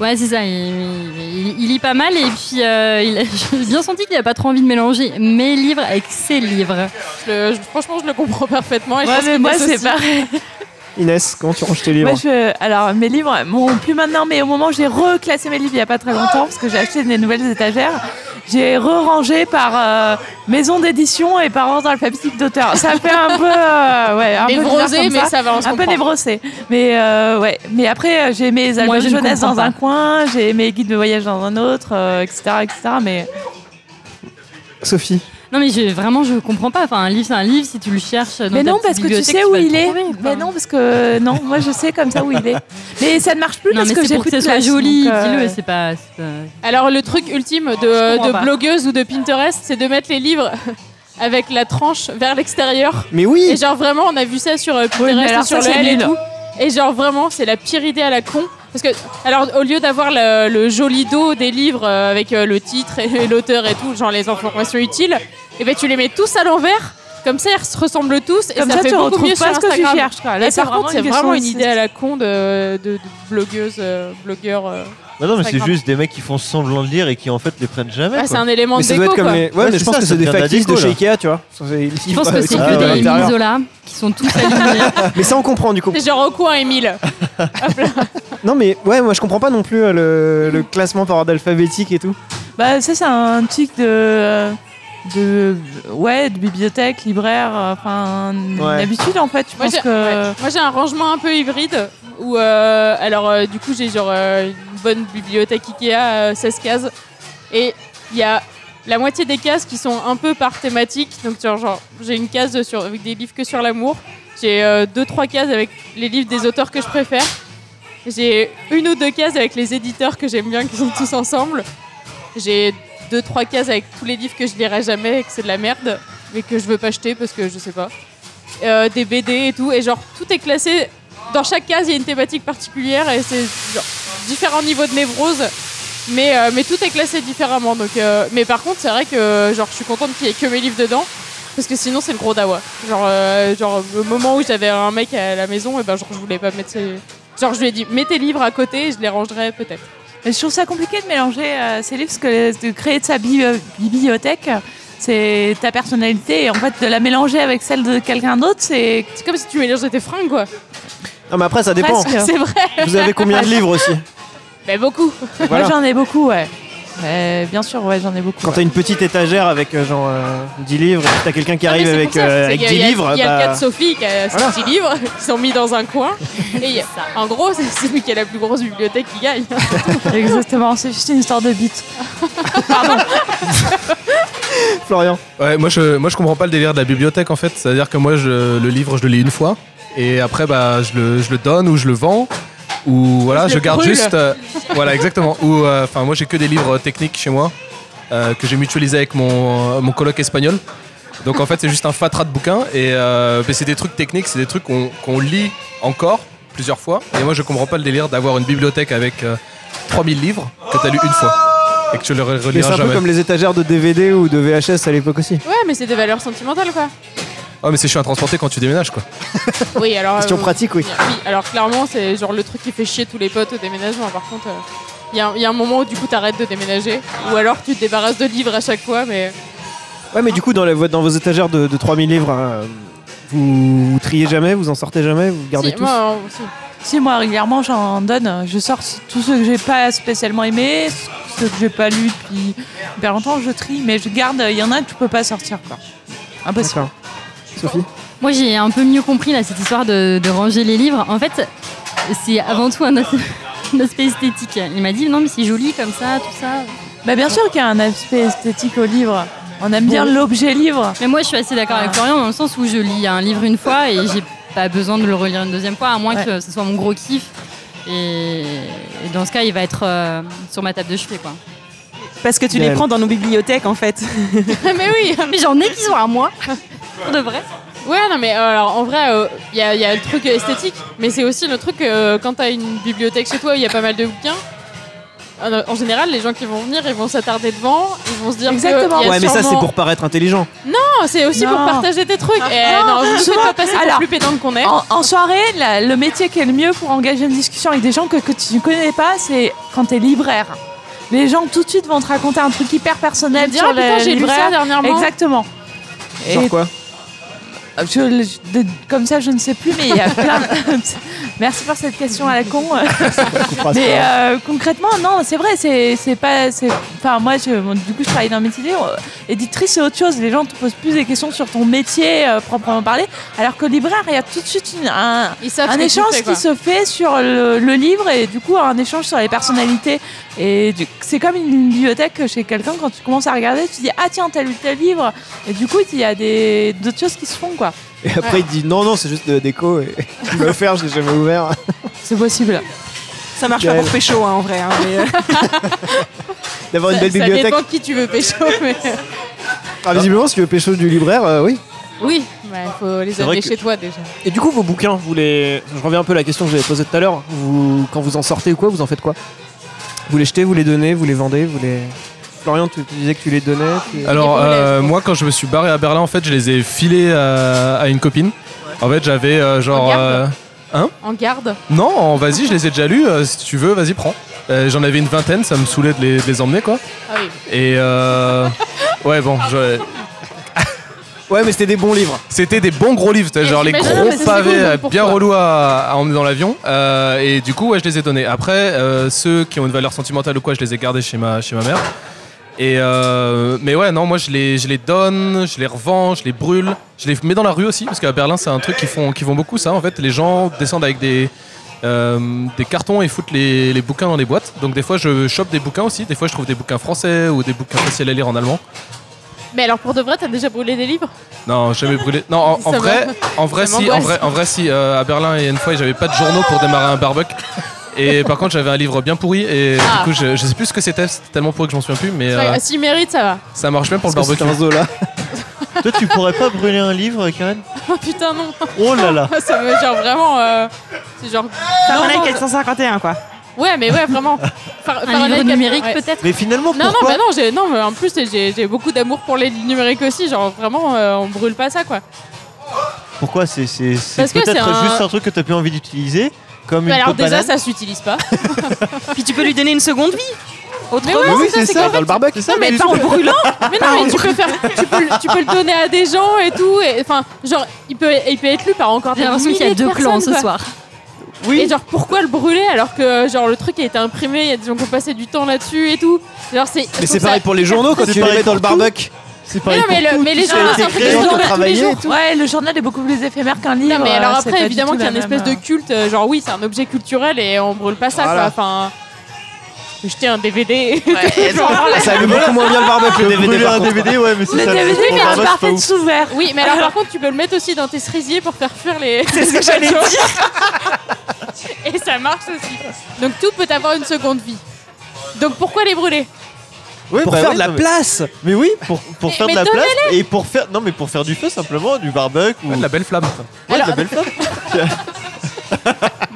ouais. ouais, c'est ça. Il, il- il lit pas mal et puis euh, il a- j'ai bien senti qu'il a pas trop envie de mélanger mes livres avec ses livres. Je le- je- franchement, je le comprends parfaitement. Et je Ouais, pense mais qu'il moi, t'associe. c'est pareil. Inès, comment tu ranges tes livres Moi, je- Alors, mes livres, bon, plus maintenant, mais au moment où j'ai reclassé mes livres il n'y a pas très longtemps, parce que j'ai acheté des nouvelles étagères, j'ai re-rangé par euh, maison d'édition et par ordre alphabétique d'auteur. Ça fait un peu. euh, ouais, un peu bizarre Névrosé, comme mais ça. ça va, on se un peu comprend. débrossé. Mais euh, ouais. Mais après, euh, j'ai mes albums je ne jeunesse comprends dans un pas. coin, j'ai mes guides de voyage dans un autre, euh, etc., etc. Mais Sophie Non mais je, vraiment je comprends pas. Enfin un livre c'est un livre si tu le cherches. Dans mais ta non, petite parce que tu bibliothèque, sais où vas le il est. trouver, quoi. mais non, parce que non, moi je sais comme ça où il est. Mais ça ne marche plus Non parce mais que c'est j'ai pour plus que ça de soit place. joli. donc, euh, Dis-le, c'est pas. c'est pas- Alors le truc ultime de, Je comprends de pas. blogueuse ou de Pinterest, c'est de mettre les livres avec la tranche vers l'extérieur. Mais Et oui genre vraiment, on a vu ça sur euh, Oui, mais Pinterest, alors sur ça, le c'est L et nul. tout. Et genre vraiment, c'est la pire idée à la con. Parce que, alors au lieu d'avoir le, le joli dos des livres euh, avec euh, le titre et l'auteur et tout, genre les informations utiles, et ben tu les mets tous à l'envers. Comme ça, ils se ressemblent tous et comme ça, ça, fait tu beaucoup retrouves mieux sur pas ce que tu Instagram. cherches. Quoi. Là, Et par contre, c'est question vraiment une aussi. idée à la con de, de- de blogueuse, euh, blogueur. euh. Non, non, mais c'est Instagram. juste des mecs qui font semblant de lire et qui en fait les prennent jamais. Ah, quoi. c'est un élément mais de ça déco doit être comme quoi. les... Ouais, Ouais, mais c'est je pense ça, que ça c'est des devient de la factices de déco, chez là. Ikea, tu vois. Ça, c'est- Je pense que c'est Ah, ouais, que des l'intérieur. Isola qui sont tous alignés. Mais ça, on comprend du coup. C'est genre au coin, Émile. Non, mais ouais, moi je comprends pas non plus euh, le, le classement par ordre alphabétique et tout. Bah, ça, c'est un tic de. euh, De, ouais, de bibliothèque, libraire, euh, enfin, une Ouais. habitude en fait. Je Moi pense j'ai que. ouais. Moi, j'ai un rangement un peu hybride où euh, alors euh, du coup j'ai genre euh, une bonne bibliothèque Ikea euh, 16 cases et il y a la moitié des cases qui sont un peu par thématique donc tu vois, genre j'ai une case sur, avec des livres que sur l'amour j'ai euh, deux trois cases avec les livres des auteurs que je préfère j'ai une ou deux cases avec les éditeurs que j'aime bien qui sont tous ensemble j'ai deux trois cases avec tous les livres que je lirai jamais et que c'est de la merde mais que je veux pas acheter parce que je sais pas euh, des BD et tout. Et genre, tout est classé. Dans chaque case, il y a une thématique particulière et c'est genre, différents niveaux de névrose. Mais, euh, mais tout est classé différemment. Donc, euh, mais par contre, c'est vrai que genre, je suis contente qu'il y ait que mes livres dedans. Parce que sinon, c'est le gros dawa. Genre, euh, genre le moment où j'avais un mec à la maison, et ben, genre, je voulais pas mettre ses... Genre, je lui ai dit, mets tes livres à côté et je les rangerai peut-être. Mais je trouve ça compliqué de mélanger euh, ces livres parce que de créer de sa bi- euh, bibliothèque, c'est ta personnalité et en fait de la mélanger avec celle de quelqu'un d'autre, c'est C'est comme si tu mélangeais tes fringues, quoi. Non, mais après, ça dépend. presque. C'est vrai. Vous avez combien de livres aussi Mais Ben, beaucoup. Voilà. Moi j'en ai beaucoup, ouais. Mais bien sûr, ouais, j'en ai beaucoup. Quand t'as une petite étagère avec euh, genre euh, 10 livres, et que t'as quelqu'un qui Ah, mais arrive c'est avec, pour ça, euh, c'est avec qu'il y a- 10 il y a- livres, Il y a le bah, cas de Sophie qui a ses voilà. petits livres qui sont mis dans un coin. Et il y a- en gros, c'est celui qui a la plus grosse bibliothèque qui gagne. ouais. Exactement, c'est juste une histoire de bite. Florian. Ouais, moi je, moi je comprends pas le délire de la bibliothèque en fait. C'est-à-dire que moi je, le livre je le lis une fois et après bah je le, je le donne ou je le vends ou voilà je, le garde brûle. juste. euh, voilà exactement. Ou euh, enfin moi j'ai que des livres techniques chez moi euh, que j'ai mutualisé avec mon, mon coloc espagnol. Donc en fait c'est juste un fatras de bouquins et euh, mais c'est des trucs techniques, c'est des trucs qu'on qu'on lit encore plusieurs fois. Et moi je comprends pas le délire d'avoir une bibliothèque avec euh, 3000 livres que t'as lu une fois et que tu le re- Mais c'est reliras un peu jamais. comme les étagères de DVD ou de VHS à l'époque aussi. Ouais, mais c'est des valeurs sentimentales quoi. Oh mais c'est chiant à transporter quand tu déménages quoi. Oui, alors. Question euh, pratique, oui. Oui, alors clairement, c'est genre le truc qui fait chier tous les potes au déménagement. Par contre, euh, il y, a un moment où du coup t'arrêtes de déménager. Ou alors tu te débarrasses de livres à chaque fois, mais. Ouais, mais du coup, dans, la- dans vos étagères de, de 3000 livres, hein, vous, vous triez jamais, vous en sortez jamais, vous gardez Si, tous. moi, on- si. Si moi régulièrement j'en donne, je sors tout ce que j'ai pas spécialement aimé, ce que j'ai pas lu depuis hyper longtemps, je trie, mais je garde, il y en a que tu peux pas sortir quoi. Impossible. D'accord. Sophie Moi, j'ai un peu mieux compris là, cette histoire de, de ranger les livres. En fait, c'est avant tout un, as- un aspect esthétique. Il m'a dit non, mais c'est joli comme ça, tout ça. Bah bien sûr qu'il y a un aspect esthétique au livre. On aime bien l'objet livre. Mais moi, je suis assez d'accord avec Florian dans le sens où je lis un livre une fois et j'ai pas besoin de le relire une deuxième fois, à moins Ouais. que ce soit mon gros kiff. Et, et dans ce cas, il va être euh, sur ma table de chevet, quoi. Parce que tu Gaëlle. les prends dans nos bibliothèques, en fait. mais oui, Mais j'en ai qui sont à moi, pour de vrai. Ouais, non, mais euh, alors en vrai, il y, a- y a le truc esthétique, mais c'est aussi le truc euh, quand t'as une bibliothèque chez toi où il y a pas mal de bouquins. euh, En, en général, les gens qui vont venir, ils vont s'attarder devant, ils vont se dire que Exactement. y a Ah Ouais, mais ça, c'est sûrement- pour paraître intelligent. Non, c'est aussi pour Non. Ah. partager tes trucs. Eh, Non, non, vous ne faites souvent- pas passer pour alors- plus pédant qu'on est. En, en soirée, la- le métier qui est le mieux pour engager une discussion avec des gens que, que tu ne connais pas, c'est quand tu es libraire. Les gens tout de suite vont te raconter un truc hyper Ils personnel disent, sur ah, putain, le j'ai lu libraire. ça dernièrement. Exactement. Genre Et quoi Je- je- de- comme ça, je ne sais plus, mais il y a plein. de- Merci pour cette question à la con. mais euh, concrètement, non, c'est vrai, c'est c'est pas. c'est- Enfin, moi, je- bon, du coup, je travaille dans un métier. euh, Éditrice, c'est autre chose. Les gens te posent plus des questions sur ton métier euh, proprement parlé, alors que libraire, il y a tout de suite une- un, Ils savent ce un que tu échange fais, qui quoi. se fait sur le, le livre et du coup un échange sur les personnalités. Et du- c'est comme une bibliothèque chez quelqu'un quand tu commences à regarder, tu dis ah tiens t'as lu tel livre et du coup il y a des d'autres choses qui se font quoi. Et après, il dit non, non, c'est juste de la déco. Et... Il m'a offert, je l'ai jamais ouvert. C'est possible. Ça marche pas Gaëlle. pour Pécho, hein, en vrai. hein, mais, euh, D'avoir Oh, une belle ça bibliothèque. dépend qui tu veux pécho, mais Ah, visiblement, si tu veux pécho du libraire, euh, oui. oui, il faut les C'est vrai amener que- chez toi déjà. Et du coup, vos bouquins, vous les. Je reviens un peu à la question que j'avais posée tout à l'heure. Vous... Quand vous en sortez ou quoi, vous en faites quoi Vous les jetez, vous les donnez, vous les vendez, vous les. Florian, tu tu disais que tu les donnais. tu- Et Alors pour euh, l'élève, quoi. moi quand je me suis barré à Berlin en fait je les ai filés à, à une copine. En fait j'avais euh, genre Regarde. euh, En garde. non en- vas-y je les ai déjà lus euh, si tu veux vas-y prends. Euh, J'en avais une vingtaine ça me saoulait de les, de les emmener quoi. Ah oui. Et euh, ouais bon je- Ouais, mais c'était des bons livres. c'était des bons gros livres c'était Et genre les j'imagine, gros mais c'est pavés cool, euh, pour bien toi. relous à, à emmener dans l'avion Euh, et du coup ouais je les ai donnés. Après euh, ceux qui ont une valeur sentimentale ou quoi je les ai gardés chez ma chez ma mère. Et euh, mais ouais non moi je les je les donne, je les revends, je les brûle, je les mets dans la rue aussi parce qu'à Berlin c'est un truc qui font qui vont beaucoup ça en fait les gens descendent avec des euh, des cartons et foutent les, les bouquins dans les boîtes. Donc des fois je chope des bouquins aussi, des fois je trouve des bouquins français ou des bouquins faciles à lire en allemand. Mais alors pour de vrai, t'as déjà brûlé des livres Non, jamais brûlé. Non, en, en Ça vrai, en vrai, Ça si, en m'angoisse. vrai, en vrai, si, euh, à Berlin, il y a une fois, j'avais pas de journaux pour démarrer un barbecue. Et par contre, j'avais un livre bien pourri et Ah. du coup, je, je sais plus ce que c'était, c'était tellement pourri que je m'en souviens plus, mais euh, S'il ah, mérite, ça va. ça marche même pour le Parce que barbecue. c'était un zola. Toi, tu pourrais pas brûler un livre, Karen Oh putain, non. Oh là là Ah, ça me genre vraiment. euh, c'est genre. Fahrenheit non, non, 451, quoi. Ouais, mais ouais, vraiment. Far- Un livre Fahrenheit numérique, 4, ouais. peut-être. Mais finalement, Non, non, pourquoi bah non, j'ai- non, mais en plus, j'ai j'ai beaucoup d'amour pour les numériques aussi. Genre, vraiment, euh, on brûle pas ça, quoi. Pourquoi C'est c'est- c'est Parce que peut-être c'est un- juste un truc que t'as plus envie d'utiliser, comme Bah une alors, peau de déjà, banane. ça s'utilise pas. Puis tu peux lui donner une seconde vie. Mais ouais, Mais oui, c'est c'est ça, qu'en dans le barbecue. Non, mais pas en brûlant Mais non, mais tu peux, faire, tu, peux, le- tu peux le donner à des gens et tout. et- Enfin, genre, il peut, il peut être lu par encore J'ai des l'impression qu'il y milliers a de deux clans personnes, ce quoi. soir. Et genre, pourquoi le brûler alors que genre le truc a été imprimé, il y a des gens qui ont passé du temps là-dessus et tout. Genre, c'est. je Mais c'est trouve pareil ça- pour les journaux quand C'est tu les pareil mets dans le pour tout. barbuck. C'est Mais pareil non, mais, pour le- tout. mais les ça gens, a été c'est un truc créé, de on journal tous les travaillait jours. et Ouais, le journal est beaucoup plus éphémère qu'un livre. Non, mais alors euh, c'est pas après, du évidemment tout qu'il y a une la espèce de même, hein. culte, euh, genre oui, c'est un objet culturel et on brûle pas ça, Voilà. quoi. Enfin, je peux jeter un DVD. Ouais, Genre, elles ont- Ça allume beaucoup moins bien le barbuck le DVD Brûler par un contre. DVD, ouais, mais si ça euh, Le pour DVD, mais un Barbuck, c'est pas parfait de ouf. sous-vert. Oui, mais alors par contre, tu peux le mettre aussi dans tes cerisiers pour faire fuir les. C'est ce que j'allais dire. Et ça marche aussi. Donc tout peut avoir une seconde vie. Donc pourquoi les brûler Ouais, Pour bah faire oui, de la non, mais- place Mais oui, pour, pour Mais- faire de mais la place et pour faire non mais pour faire du feu simplement, du barbuck ou Ouais, de la belle flamme. quoi. Ouais, de la Alors- belle flamme.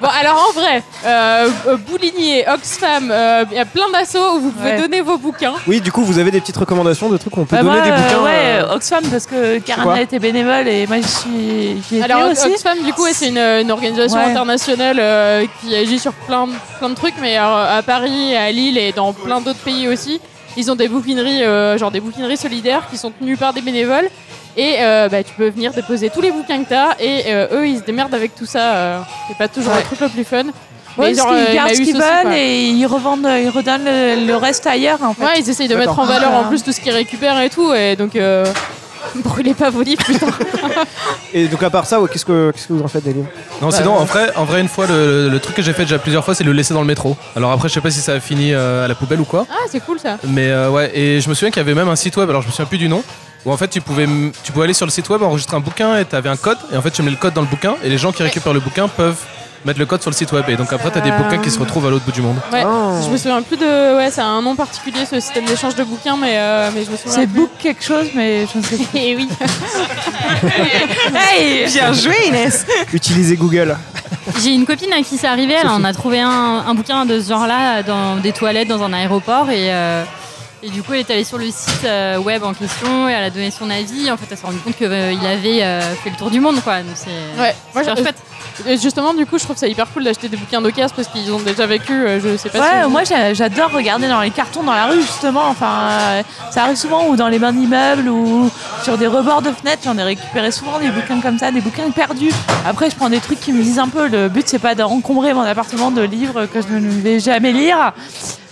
Bon, alors en vrai, euh, euh, Boulinier, Oxfam, euh, il y a plein d'assauts où vous pouvez Ouais. donner vos bouquins. Oui, du coup, vous avez des petites recommandations de trucs qu'on peut Bah donner moi, des euh, bouquins. ouais, euh, Oxfam, parce que quoi Karen était bénévole et moi, je suis. J'y étais Alors aussi. Oxfam, du coup, ouais, c'est une, euh, une organisation Ouais. internationale euh, qui agit sur plein de, plein de trucs, mais euh, à Paris, à Lille et dans plein d'autres pays aussi, ils ont des bouquineries, euh, genre des bouquineries solidaires qui sont tenues par des bénévoles. Et euh, bah, tu peux venir déposer tous les bouquins que t'as et euh, eux ils se démerdent avec tout ça. euh, c'est pas toujours le truc le plus fun. Ouais, parce euh, il qu'ils y en a gardent eu ce qu'ils ceci, quoi. veulent et ils revendent, ils redonnent le, le reste ailleurs, en fait. Ouais, ils essayent de mettre en valeur Ah. en plus tout ce qu'ils récupèrent et tout. Et donc, euh, brûlez pas vos livres, putain. Et donc à part ça, ouais, qu'est-ce que qu'est-ce que vous en faites des livres Non, sinon, en vrai, en vrai, une fois, le, le truc que j'ai fait déjà plusieurs fois, c'est de le laisser dans le métro. Alors après, je sais pas si ça a fini euh, à la poubelle ou quoi. Ah, c'est cool ça. Mais euh, ouais, et je me souviens qu'il y avait même un site web, alors je me souviens plus du nom, où en fait tu pouvais, m- tu pouvais aller sur le site web, enregistrer un bouquin et t'avais un code, et en fait tu mets le code dans le bouquin, et les gens qui récupèrent le bouquin peuvent mettre le code sur le site web, et donc après t'as des Euh. bouquins qui se retrouvent à l'autre bout du monde. Ouais. Oh. Je me souviens plus de. Ouais, ça a un nom particulier ce système d'échange de bouquins, mais, euh, mais je me souviens. C'est book quelque chose, mais je ne sais pas. Et oui. Hey Bien joué, Inès. Utilisez Google. J'ai une copine à qui c'est arrivé, elle en a trouvé un, un bouquin de ce genre-là dans des toilettes dans un aéroport et, euh, et du coup elle est allée sur le site euh, web en question et elle a donné son avis. En fait, elle s'est rendue compte qu'il avait euh, fait le tour du monde quoi. Donc, c'est Ouais. c'est Moi, super je- chouette. Et justement, du coup, je trouve ça hyper cool d'acheter des bouquins d'occasion parce qu'ils ont déjà vécu. euh, Je sais pas si. Ouais, vous- moi j'a- j'adore regarder dans les cartons dans la rue justement. Enfin, euh, ça arrive souvent ou dans les bains d'immeubles ou sur des rebords de fenêtres. J'en ai récupéré souvent des bouquins comme ça, des bouquins perdus. Après, je prends des trucs qui me disent un peu. Le but, c'est pas d'encombrer mon appartement de livres que je ne vais jamais lire.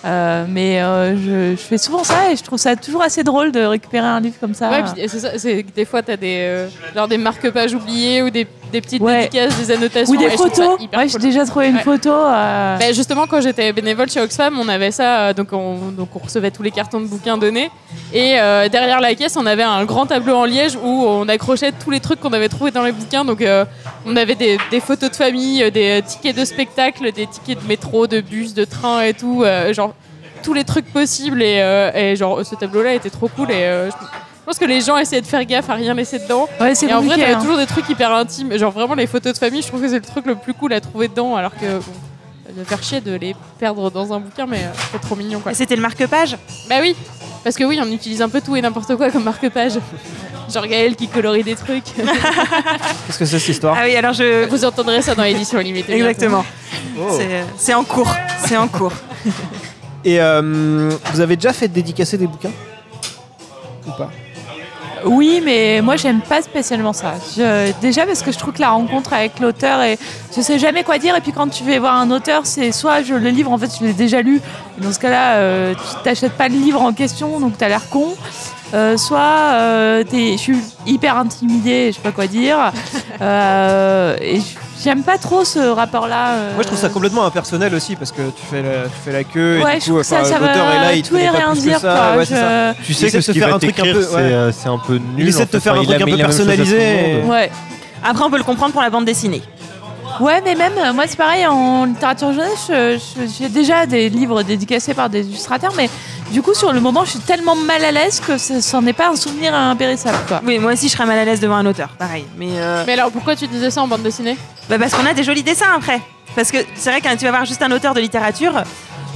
Euh, mais euh, je, je fais souvent ça et je trouve ça toujours assez drôle de récupérer un livre comme ça. Ouais, puis c'est ça, c'est que des fois t'as des euh, genre des marque-pages oubliés ou des, des petites Ouais. dédicaces, des annotations ou des et je trouve ça photos. hyper Ouais, j'ai cool. déjà trouvé une Ouais. photo. euh, Ben, justement, quand j'étais bénévole chez Oxfam, on avait ça, euh, donc on, donc on recevait tous les cartons de bouquins donnés. Et euh, derrière la caisse, on avait un grand tableau en liège où on accrochait tous les trucs qu'on avait trouvés dans les bouquins. Donc euh, on avait des, des photos de famille, euh, des euh, tickets de spectacle, des tickets de métro, de bus, de train et tout. euh, genre tous les trucs possibles. Et, euh, et genre ce tableau-là était trop cool. Et euh, je je pense que les gens essayaient de faire gaffe à rien laisser dedans. Ouais, c'est Et en vrai, compliqué, t'avais hein. toujours des trucs hyper intimes. Genre vraiment les photos de famille, je trouve que c'est le truc le plus cool à trouver dedans. Alors que bon, de faire chier de les perdre dans un bouquin, mais euh, c'est trop mignon quoi. Et C'était le marque-page. Bah oui, parce que oui, on utilise un peu tout et n'importe quoi comme marque-page. Genre Gaël qui colorie des trucs. Qu'est-ce que c'est cette histoire Ah oui, alors je. Vous entendrez ça dans l'édition limitée. bientôt. Exactement. Oh. C'est- C'est en cours. C'est en cours. Et euh, vous avez déjà fait dédicacer des bouquins Ou pas Oui, mais moi j'aime pas spécialement ça. Je- déjà parce que je trouve que la rencontre avec l'auteur et je sais jamais quoi dire. Et puis quand tu vas voir un auteur, c'est soit je le livre en fait je l'ai déjà lu. Et dans ce cas-là, euh, tu t'achètes pas le livre en question, donc t'as l'air con. Euh, soit euh, t'es- je suis hyper intimidée, je sais pas quoi dire. Euh, et j'aime pas trop ce rapport-là. euh, Moi, je trouve ça complètement impersonnel aussi parce que tu fais la, tu fais la queue et Ouais, du je coup, trouve que ça, enfin, ça va l'auteur est là, il te tout et connaît pas rien plus que dire. ça. quoi. Ouais, c'est Je- ça. Tu sais sais que que ce ce qu'il qu'il va va t'écrire, t'écrire, c'est, euh, c'est un peu nul. Il essaie de te faire un truc un peu personnalisé. Ouais. Après, on peut le comprendre pour la bande dessinée. Ouais, mais même, euh, moi c'est pareil, en littérature jeunesse, je- je- j'ai déjà des livres dédicacés par des illustrateurs, mais du coup, sur le moment, je suis tellement mal à l'aise que ça ça n'en est pas un souvenir impérissable, quoi. Oui, moi aussi, je serais mal à l'aise devant un auteur. Pareil. Mais. euh, Mais alors pourquoi tu disais ça en bande dessinée Bah parce qu'on a des jolis dessins après. Parce que c'est vrai que quand tu vas voir juste un auteur de littérature,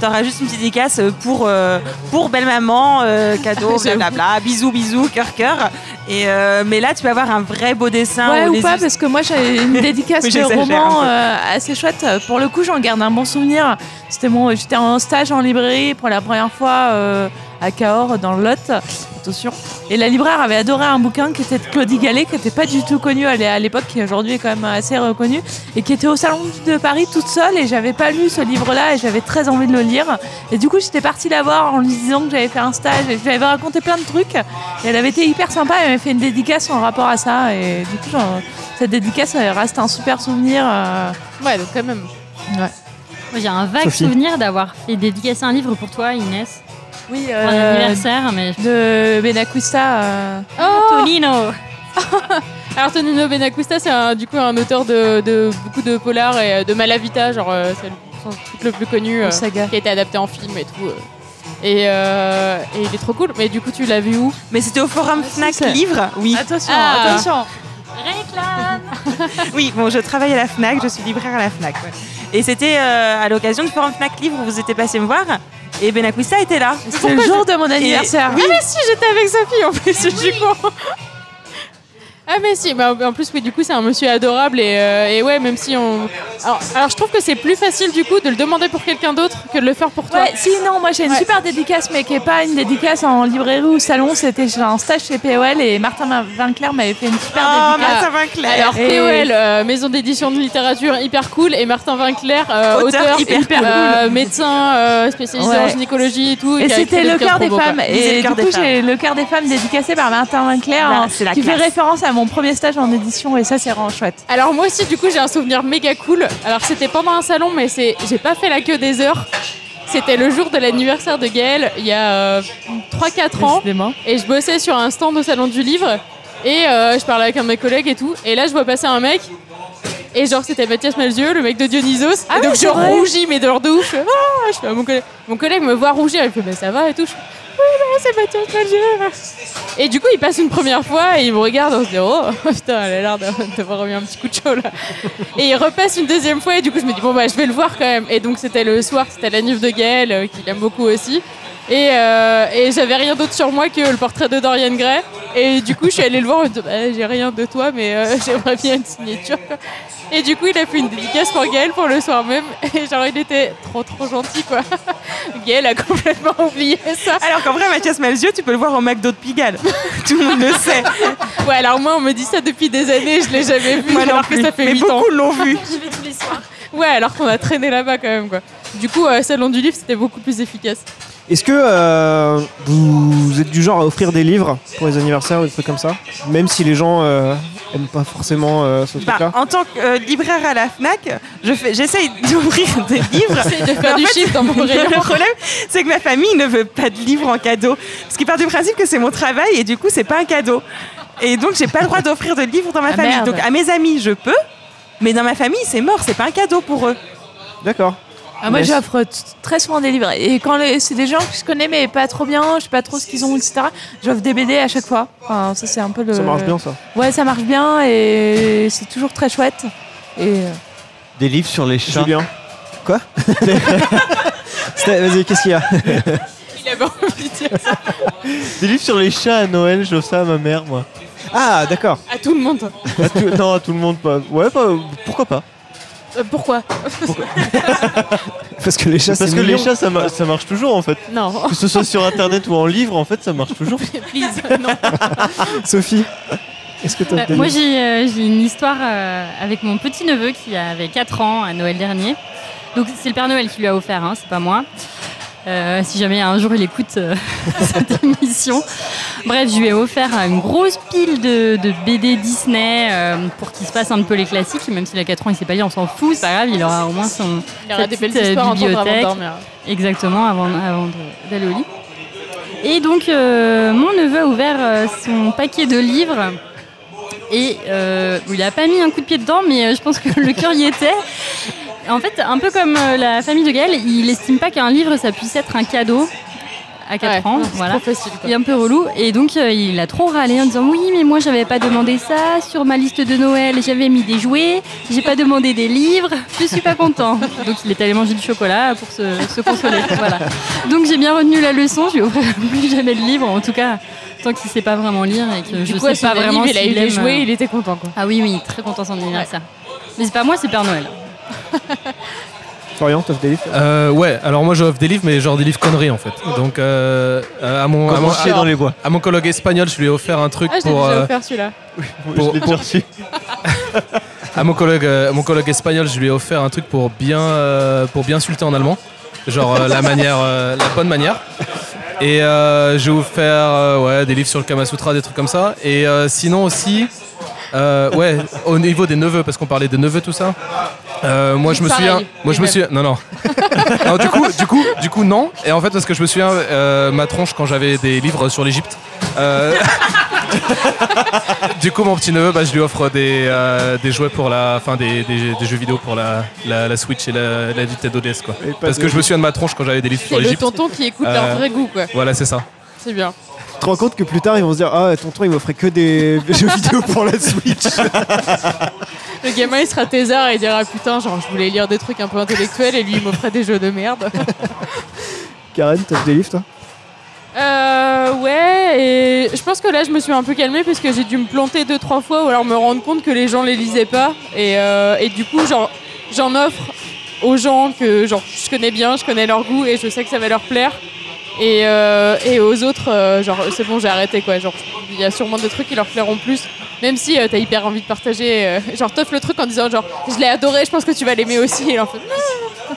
t'auras juste une petite dédicace pour, euh, pour belle maman, euh, cadeau, J'avoue. blablabla, bisous, bisous, cœur, cœur. Et, euh, mais là, tu vas avoir un vrai beau dessin. Ouais, où ou Ah, les pas, illus- parce que moi j'ai une dédicace Oui, de j'exagère roman un peu. euh, assez chouette. Pour le coup, j'en garde un bon souvenir. C'était mon, j'étais en stage en librairie pour la première fois euh, à Cahors dans le Lot. Attention. Et la libraire avait adoré un bouquin qui était de Claudie Gallet, qui n'était pas du tout connue à l'é- à l'époque, qui aujourd'hui est quand même assez reconnue, et qui était au Salon de Paris toute seule. Et j'avais pas lu ce livre-là, et j'avais très envie de le lire. Et du coup, j'étais partie la voir en lui disant que j'avais fait un stage, et je lui avais raconté plein de trucs. Et elle avait été hyper sympa, elle m'avait fait une dédicace en rapport à ça. Et du coup, j'en- cette dédicace elle reste un super souvenir. euh, Ouais, donc quand même. Moi, j'ai un vague Sophie. souvenir d'avoir fait dédicacer un livre pour toi, Inès. Oui, Pour un euh, anniversaire, mais. de Benacquista. euh, Oh Tonino Alors Tonino Benacusta, c'est un- du coup un auteur de, de beaucoup de polars et euh, de Malavita, genre euh, c'est le- son truc le plus connu, euh, saga. qui a été adapté en film et tout. euh. Et, euh, et il est trop cool. Mais du coup, tu l'as vu où Mais c'était au forum Ah, si, Fnac c'est- Livre, oui. Attention, Ah. attention. Réclame Oui, bon, je travaille à la FNAC, je suis libraire à la FNAC. ouais. Et c'était euh, à l'occasion du forum FNAC Livre où vous étiez passé me voir et Benacquista était là. C'est le jour de mon anniversaire. Ah mais si, j'étais avec Sophie en plus, je suis con. Ah mais si, bah, en plus oui du coup c'est un monsieur adorable et, euh, et ouais même si on... Alors, alors, je trouve que c'est plus facile du coup de le demander pour quelqu'un d'autre que de le faire pour toi. Ouais, si, non, moi j'ai une Ouais. super dédicace, mais qui n'est pas une dédicace en librairie ou salon. C'était chez- un stage chez POL et Martin Vin- Vinclair m'avait fait une super Oh, dédicace. Martin Vinclair. Alors Et- POL, euh, maison d'édition de littérature hyper cool et Martin Vinclair, euh, Auteur auteur, hyper euh, médecin euh, spécialisé Ouais. en gynécologie et tout. Et qui a c'était écrit le cœur bouquins des trop beaux, femmes. Il faisait Et le du cœur coup, des j'ai le cœur des femmes dédicacé par Martin Vinclair, Bah, hein, c'est la qui classe. fait référence à mon premier stage en édition. Et ça, c'est vraiment chouette. quoi. Alors moi aussi du coup j'ai un souvenir méga cool. Alors c'était pendant un salon mais c'est j'ai pas fait la queue des heures. C'était le jour de l'anniversaire de Gaël il y a euh, 3-4 ans. Décidément. et je bossais sur un stand au salon du livre et euh, je parlais avec un de mes collègues et tout et là je vois passer un mec et genre c'était Mathias Malzieu le mec de Dionysos Ah et donc oui, c'est je vrai. rougis mais de l'ordre de ouf je fais, Ah Je fais à mon collègue mon collègue me voit rougir il fait mais ça va et tout je fais, oui non, c'est Mathias Malzieu et du coup il passe une première fois et il me regarde on se dit oh putain elle a l'air de- d'avoir eu un petit coup de chaud là et il repasse une deuxième fois et du coup je me dis bon bah je vais le voir quand même et donc c'était le soir c'était la nuit de Gaël euh, qu'il aime beaucoup aussi et, euh, et j'avais rien d'autre sur moi que le portrait de Dorian Gray. Et du coup, je suis allée le voir en me disant Bah, J'ai rien de toi, mais euh, j'aimerais bien une signature. quoi. Et du coup, il a fait une dédicace pour Gaël pour le soir même. Et genre, il était trop, trop gentil, quoi. Gaël a complètement oublié ça. Alors qu'en vrai, Mathias Malzieu, tu peux le voir au McDo de Pigalle. Tout le monde le sait. Ouais, alors moi, on me dit ça depuis des années, je l'ai jamais vu. Moi non alors que plus. ça fait Mais 8 ans. beaucoup l'ont vu. J'y vais tous les soirs. Ouais, alors qu'on a traîné là-bas quand même, quoi. Du coup, euh, Salon du Livre, c'était beaucoup plus efficace. Est-ce que euh, vous êtes du genre à offrir des livres pour les anniversaires ou des trucs comme ça Même si les gens euh, aiment pas forcément euh, ce Bah, truc-là en tant que euh, libraire à la FNAC, je fais- j'essaye d'ouvrir des livres. J'essaie de faire Mais en du fait, chiffre dans mon rayon. Le problème, c'est que ma famille ne veut pas de livres en cadeau. Parce qu'ils part du principe que c'est mon travail et du coup, c'est pas un cadeau. Et donc, j'ai pas le droit d'offrir de livres dans ma Ah, famille. merde. Donc, à mes amis, je peux. Mais dans ma famille, c'est mort, c'est pas un cadeau pour eux. D'accord. Ah, moi, Yes. j'offre t- très souvent des livres. Et quand les- c'est des gens que je connais, mais pas trop bien, je sais pas trop ce qu'ils ont, etc., j'offre des BD à chaque fois. Enfin, ça, c'est un peu le. Ça marche bien ça. Ouais, ça marche bien et c'est toujours très chouette. Et euh, Des livres sur les chats. Julien. Quoi C'était- Vas-y, qu'est-ce qu'il y a Il avait envie de dire ça Des livres sur les chats à Noël, je offre ça à ma mère, moi. Ah, d'accord. à tout le monde. À tout- non, à tout le monde, pas. Ouais, pas- pourquoi pas Euh, pourquoi Parce que les chats, Parce c'est que les mignon. chats, ça, ma- ça marche toujours, en fait. Non, Que ce soit sur internet ou en livre, en fait, ça marche toujours. please, non. Sophie, est-ce que t'as Bah, des moi, livres j'ai euh, j'ai une histoire euh, avec mon petit-neveu qui avait 4 ans à Noël dernier. Donc, c'est le Père Noël qui lui a offert, hein, c'est pas moi. Euh, si jamais un jour il écoute euh, cette émission. Bref, je lui ai offert une grosse pile de, de BD Disney euh, pour qu'il se passe un peu les classiques. Même s'il a 4 ans, il sait pas lire, on s'en fout, c'est pas grave, il aura au moins son, Il y aura Cette des belles petite, euh, histoires à entendre avant de bibliothèque. dormir. Exactement, avant, avant de- d'aller au lit. Et donc, euh, mon neveu a ouvert euh, son paquet de livres. Et euh, il n'a pas mis un coup de pied dedans, mais euh, je pense que le cœur y était. En fait, un peu comme euh, la famille de Gaël, il estime pas qu'un livre, ça puisse être un cadeau à 4 Ouais, ans. non, c'est Voilà. trop facile. quoi. Il est un peu relou et donc euh, il a trop râlé en disant oui mais moi j'avais pas demandé ça sur ma liste de Noël j'avais mis des jouets j'ai pas demandé des livres je suis pas content donc il est allé manger du chocolat pour se, se consoler voilà donc j'ai bien retenu la leçon je lui offrirai plus jamais de livres en tout cas tant qu'il sait pas vraiment lire et que Du je coup, à sais son pas vraiment anniv, il a eu s'il les aime, jouets, euh, il était content. Quoi. ah oui oui très content de son anniversaire mais c'est pas moi c'est Père Noël Florian, t'offres des livres toi Euh, ouais, alors moi j'offre des livres, mais genre des livres conneries en fait. Donc euh, euh, à, mon, à, mon, Comment chier dans les bois à mon collègue espagnol, je lui ai offert un truc Ah, je l'ai pour. déjà euh, offert celui-là. Pour- Je l'ai déjà reçu. à mon collègue, euh, à mon collègue espagnol, je lui ai offert un truc pour bien, euh, pour bien insulter en allemand, genre euh, la manière, euh, la bonne manière. Et euh, j'ai offert euh, ouais, des livres sur le Kama Sutra, des trucs comme ça. Et euh, sinon aussi, euh, ouais, au niveau des neveux, parce qu'on parlait des neveux tout ça. euh, moi je me Pareil, souviens, moi je me les souviens, non non. Non, du coup, du coup, du coup non. Et en fait parce que je me souviens euh, ma tronche quand j'avais des livres sur l'Égypte. euh, du coup, mon petit neveu, bah, je lui offre des, euh, des jouets pour la, enfin des, des- des jeux vidéo pour la, la, la Switch et la, la Nintendo DS quoi. Et pas Parce de- que je me souviens de ma tronche quand j'avais des livres sur C'est le l'Égypte. tonton qui écoute Euh, leur vrai goût, quoi. Voilà, c'est ça. C'est bien. Tu te rends compte que plus tard ils vont se dire Ah, tonton il m'offrait que des jeux vidéo pour la Switch. Le gamin, il sera thésard et il dira Putain, genre, je voulais lire des trucs un peu intellectuels et lui, il m'offrait des jeux de merde. Karen, t'offres des livres toi Euh, ouais, et je pense que là, je me suis un peu calmée parce que j'ai dû me planter deux, trois fois ou alors me rendre compte que les gens les lisaient pas. Et, euh, et du coup, genre, j'en offre aux gens que genre, je connais bien, je connais leur goût et je sais que ça va leur plaire. Et, euh, et aux autres, euh, genre, c'est bon, j'ai arrêté quoi. Genre, il y a sûrement des trucs qui leur plairont plus. Même si euh, t'as hyper envie de partager, euh, genre, t'offres le truc en disant, genre, je l'ai adoré, je pense que tu vas l'aimer aussi. Et en fait,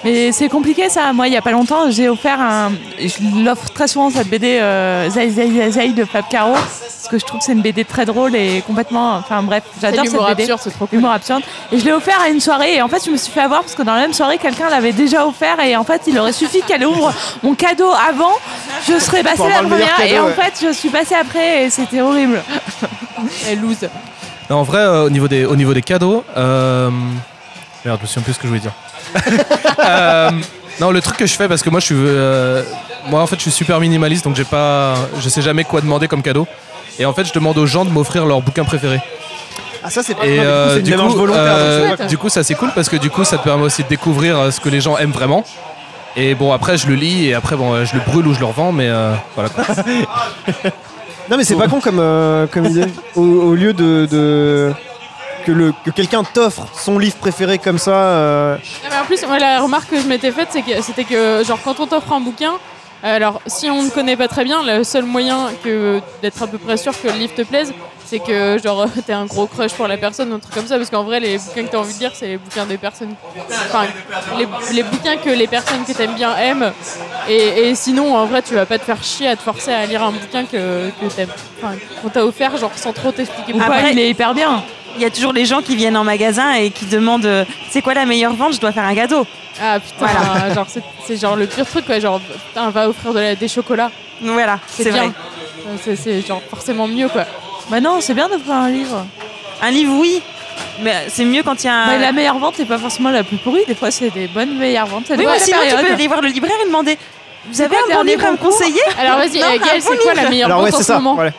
Mais c'est compliqué ça. Moi, il y a pas longtemps, j'ai offert un. Je l'offre très souvent cette BD euh, Zai Zai Zai Zai de Fab Caro parce que je trouve que c'est une BD très drôle et complètement. Enfin bref, c'est j'adore cette l'humour BD. absurde, c'est trop cool. Humour absurde. Et je l'ai offert à une soirée et en fait, je me suis fait avoir parce que dans la même soirée, quelqu'un l'avait déjà offert et en fait, il aurait suffi qu'elle ouvre mon cadeau avant. Je serais passée avoir la le meilleur première et cadeau, en ouais. fait, je suis passée après et c'était horrible. Elle lose. Non, en vrai, euh, au, niveau des, au niveau des cadeaux, euh... merde, je me souviens plus ce que je voulais dire. Euh, non, le truc que je fais, parce que moi, je suis, euh, moi, en fait, je suis super minimaliste, donc j'ai pas, je sais jamais quoi demander comme cadeau. Et en fait, je demande aux gens de m'offrir leur bouquin préféré. Ah, ça c'est pas Et non, mais euh, c'est une du, démarche coup, volontaire. donc euh, c'est pas- du coup, ça c'est cool parce que du coup, ça te permet aussi de découvrir euh, ce que les gens aiment vraiment. Et bon, après, je le lis et après, bon, euh, je le brûle ou je le revends, mais euh, voilà. quoi. Non mais c'est pas con comme, euh, comme idée. Au, au lieu de, de- que, le, que quelqu'un t'offre son livre préféré comme ça. euh, Non, mais Eh ben, en plus, moi, la remarque que je m'étais faite, c'est que- c'était que, genre, quand on t'offre un bouquin, euh, alors, si on ne connaît pas très bien, le seul moyen que d'être à peu près sûr que le livre te plaise, c'est que, genre, t'es un gros crush pour la personne, ou un truc comme ça, parce qu'en vrai, les bouquins que t'as envie de lire, c'est les bouquins des personnes. Enfin, les, les bouquins que les personnes que t'aimes bien aiment. Et, et sinon, en vrai, tu vas pas te faire chier à te forcer à lire un bouquin que, que t'aimes. Enfin, qu'on t'a offert, genre, sans trop t'expliquer Ou pourquoi. pas, Après- il est hyper bien. Il y a toujours les gens qui viennent en magasin et qui demandent euh, c'est quoi la meilleure vente, je dois faire un cadeau. Ah putain, genre, c'est- c'est genre le pire truc, quoi. Genre, putain, va offrir de la- des chocolats. Voilà, c'est bien. vrai. Euh, c'est- C'est genre forcément mieux quoi. Bah non, c'est bien d'offrir un livre. Un livre, oui, mais c'est mieux quand il y a Mais un. Bah, la meilleure vente, c'est pas forcément la plus pourrie. Des fois, c'est des bonnes meilleures ventes. Ça oui, dépend mais de la sinon, tu période. peux aller voir le libraire et demander Vous C'est avez quoi le un bon dernier livre à me concours Ah, conseiller Alors vas-y, Non, euh, un Gaël, bon c'est quoi la livre. meilleure Alors ouais vente en c'est ce ça. moment Ah, voilà.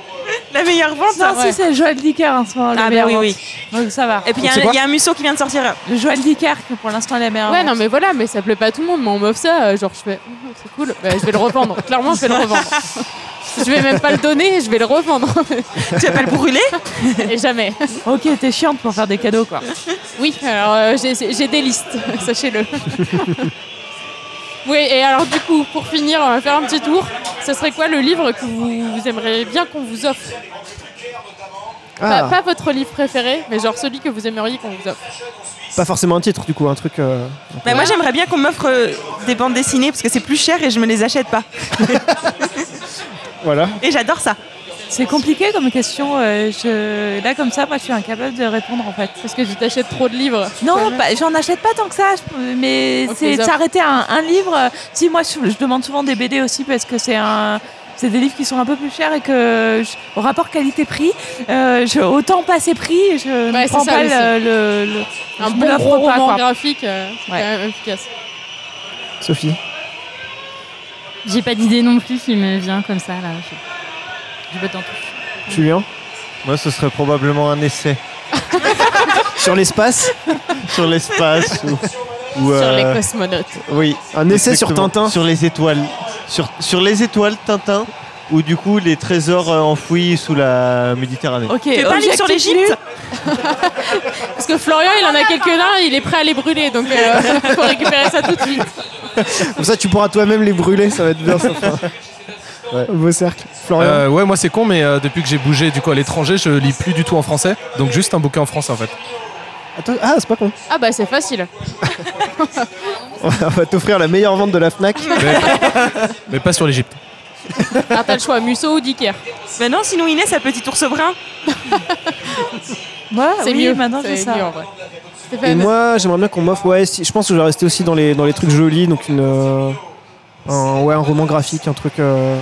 La meilleure vente Non, ouais. si c'est le Joël Dicker en ce moment. la Ah, bah meilleure oui, vente. oui. Donc ça va. Et puis, il y a C'est un- quoi il y, a un musso qui vient de sortir. Le Joël Dicker, que pour l'instant, la meilleure Ouais, vente. non mais voilà, mais ça plaît pas à tout le monde, mais on m'offre ça, euh, genre je fais Hum, c'est cool, Bah, je vais le revendre. Clairement, je vais le revendre. Je vais même pas le donner, je vais le revendre. tu vas pas le brûler Et jamais. Ok, t'es chiante pour faire des cadeaux, quoi. Oui, alors euh, j'ai- j'ai j'ai des listes, sachez-le. Oui, et alors du coup, pour finir, on va faire un petit tour. Ce serait quoi le livre que vous, vous aimeriez bien qu'on vous offre Ah, Ah. pas, pas votre livre préféré, mais genre celui que vous aimeriez qu'on vous offre. pas forcément un titre du coup, un truc. euh, Bah, Moi, j'aimerais bien qu'on m'offre euh, des bandes dessinées parce que c'est plus cher et je me les achète pas. voilà. Et j'adore ça. C'est compliqué comme question. euh, je... Là, comme ça, moi, je suis incapable de répondre, en fait. Parce que tu t'achètes trop de livres. Non, Ouais. pas- j'en achète pas tant que ça, je- mais Ok, c'est Zop. s'arrêter à un, un livre. euh, Si moi je, je demande souvent des BD aussi parce que c'est un c'est des livres qui sont un peu plus chers et que je- au rapport qualité-prix, euh, je, autant passer prix, je Ouais, ne c'est prends ça pas aussi. le, le- le- un je me bon l'offre gros pas, roman quoi. graphique, euh, c'est Ouais. quand même efficace. Sophie. J'ai pas d'idée non plus qui me vient comme ça là. Je, je botte en touche. Julien. Moi, ce serait probablement un essai Sur l'espace. sur l'espace ou. ou, Sur euh, les cosmonautes. Oui. Un essai sur exactement. Tintin. Sur les étoiles. Sur, sur les étoiles, Tintin. ou du coup les trésors euh, enfouis sous la Méditerranée. Ok, Tu veux pas aller sur objectif l'Égypte nu. Parce que Florian, il en a quelques-uns, il est prêt à les brûler, donc il faut récupérer ça tout de suite. Comme ça, tu pourras toi-même les brûler, ça va être bien, ça fera Ouais. un beau cercle. Florian Euh, ouais, moi c'est con, mais euh, depuis que j'ai bougé du coup à l'étranger, je lis plus du tout en français. Donc juste un bouquin en français en fait. Attends, Ah, c'est pas con. Ah bah c'est facile. On va t'offrir la meilleure vente de la Fnac. Mais, mais pas sur l'Égypte. Ah, t'as le choix, Musso ou Dicker. Mais Bah, non, sinon Inès, un petit ours brun. Moi, C'est oui, mieux. maintenant j'ai C'est ça. mieux, en vrai. Et Stéphane, moi, j'aimerais bien qu'on m'offre. Ouais, si- je pense que je vais rester aussi dans les, dans les trucs jolis, donc une, euh, un, ouais, un roman graphique, un truc euh,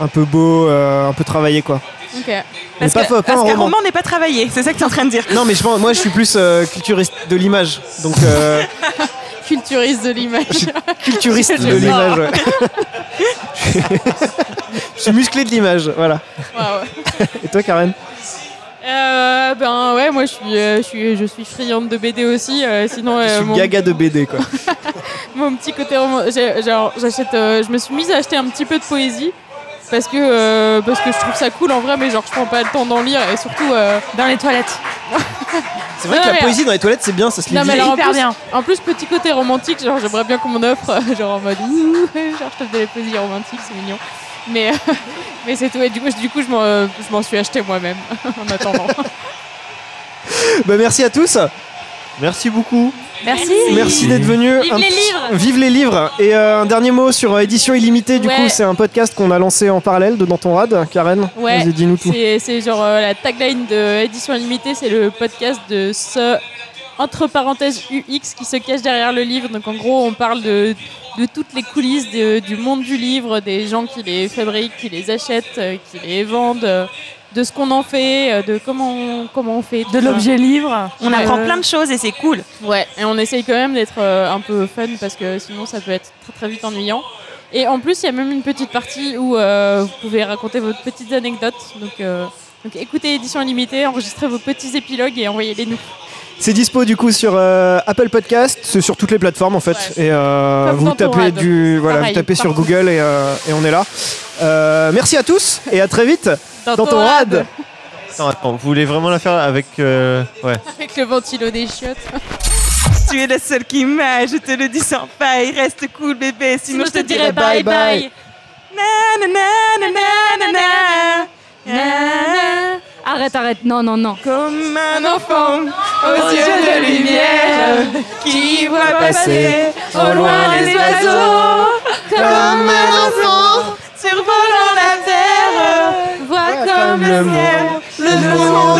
un peu beau, euh, un peu travaillé, quoi. ok. Mais Parce pas, que- pas, pas parce un qu'un roman. roman n'est pas travaillé, c'est ça que tu es en train de dire. Non, mais je pense- moi, je suis plus euh, culturiste de l'image, donc euh, Culturiste de l'image. culturiste Je de le l'image. ouais. je suis musclé de l'image, voilà. Waouh. Et toi, Karen Euh, ben ouais, moi je suis, euh, je suis, je suis friande de BD aussi. euh, sinon, Je euh, suis mon, gaga de BD, quoi. mon petit côté roman, j'ai- genre, j'achète, euh, je me suis mise à acheter un petit peu de poésie parce que euh, parce que je trouve ça cool en vrai, mais genre je prends pas le temps d'en lire et surtout. euh, Dans les toilettes. C'est vrai Non, que la mais- poésie dans les toilettes, c'est bien, ça se lit Non, mais vite. alors, en hyper plus- bien. En plus, petit côté romantique, genre j'aimerais bien qu'on m'en offre, euh, genre en mode ouh, genre je te fais des poésies romantiques, c'est mignon. Mais, mais c'est tout, et du coup, je- du coup je m'en euh, je m'en suis acheté moi-même en attendant. Bah, merci à tous. Merci beaucoup. Merci. Merci d'être venu. Vive Un les petit- livres. Vive les livres. Et euh, un dernier mot sur euh, Édition Illimitée. Du Ouais. coup, c'est un podcast qu'on a lancé en parallèle de Dans ton rad. Karen, Ouais. vas-y, dis-nous tout. C'est c'est genre euh, la tagline de Édition Limitée, c'est le podcast de ce entre parenthèses UX qui se cache derrière le livre. Donc en gros, on parle de, de toutes les coulisses de- du monde du livre, des gens qui les fabriquent, qui les achètent, euh, qui les vendent, euh, de ce qu'on en fait, euh, de comment on, comment on fait. De tout ça. l'objet livre. On apprend Euh, plein de choses et c'est cool. Ouais, et on essaye quand même d'être euh, un peu fun parce que sinon ça peut être très très vite ennuyant. Et en plus, il y a même une petite partie où euh, vous pouvez raconter vos petites anecdotes. Donc, euh, donc écoutez Édition Limitée, enregistrez vos petits épilogues et envoyez-les nous. C'est dispo du coup sur euh, Apple Podcast, c'est sur toutes les plateformes en fait. Et euh, Comme vous dans ton tapez rad. du, voilà, Pareil, vous tapez sur partout. Google et, euh, et on est là. Euh, merci à tous et à très vite dans ton rad. Attends, attends, vous voulez vraiment la faire avec. euh, Ouais. Avec le ventilo des chiottes. Tu es la seule qui m'a, je te le dis sans faille. Reste cool, bébé, sinon, je te dirai. bye bye. Na, na, na, na, na, na. Na, na. Arrête, arrête, non, non, non. Comme un enfant aux yeux de yeux de lumière qui voit passer au loin les oiseaux comme un enfant survolant la terre. comme le ciel, le monde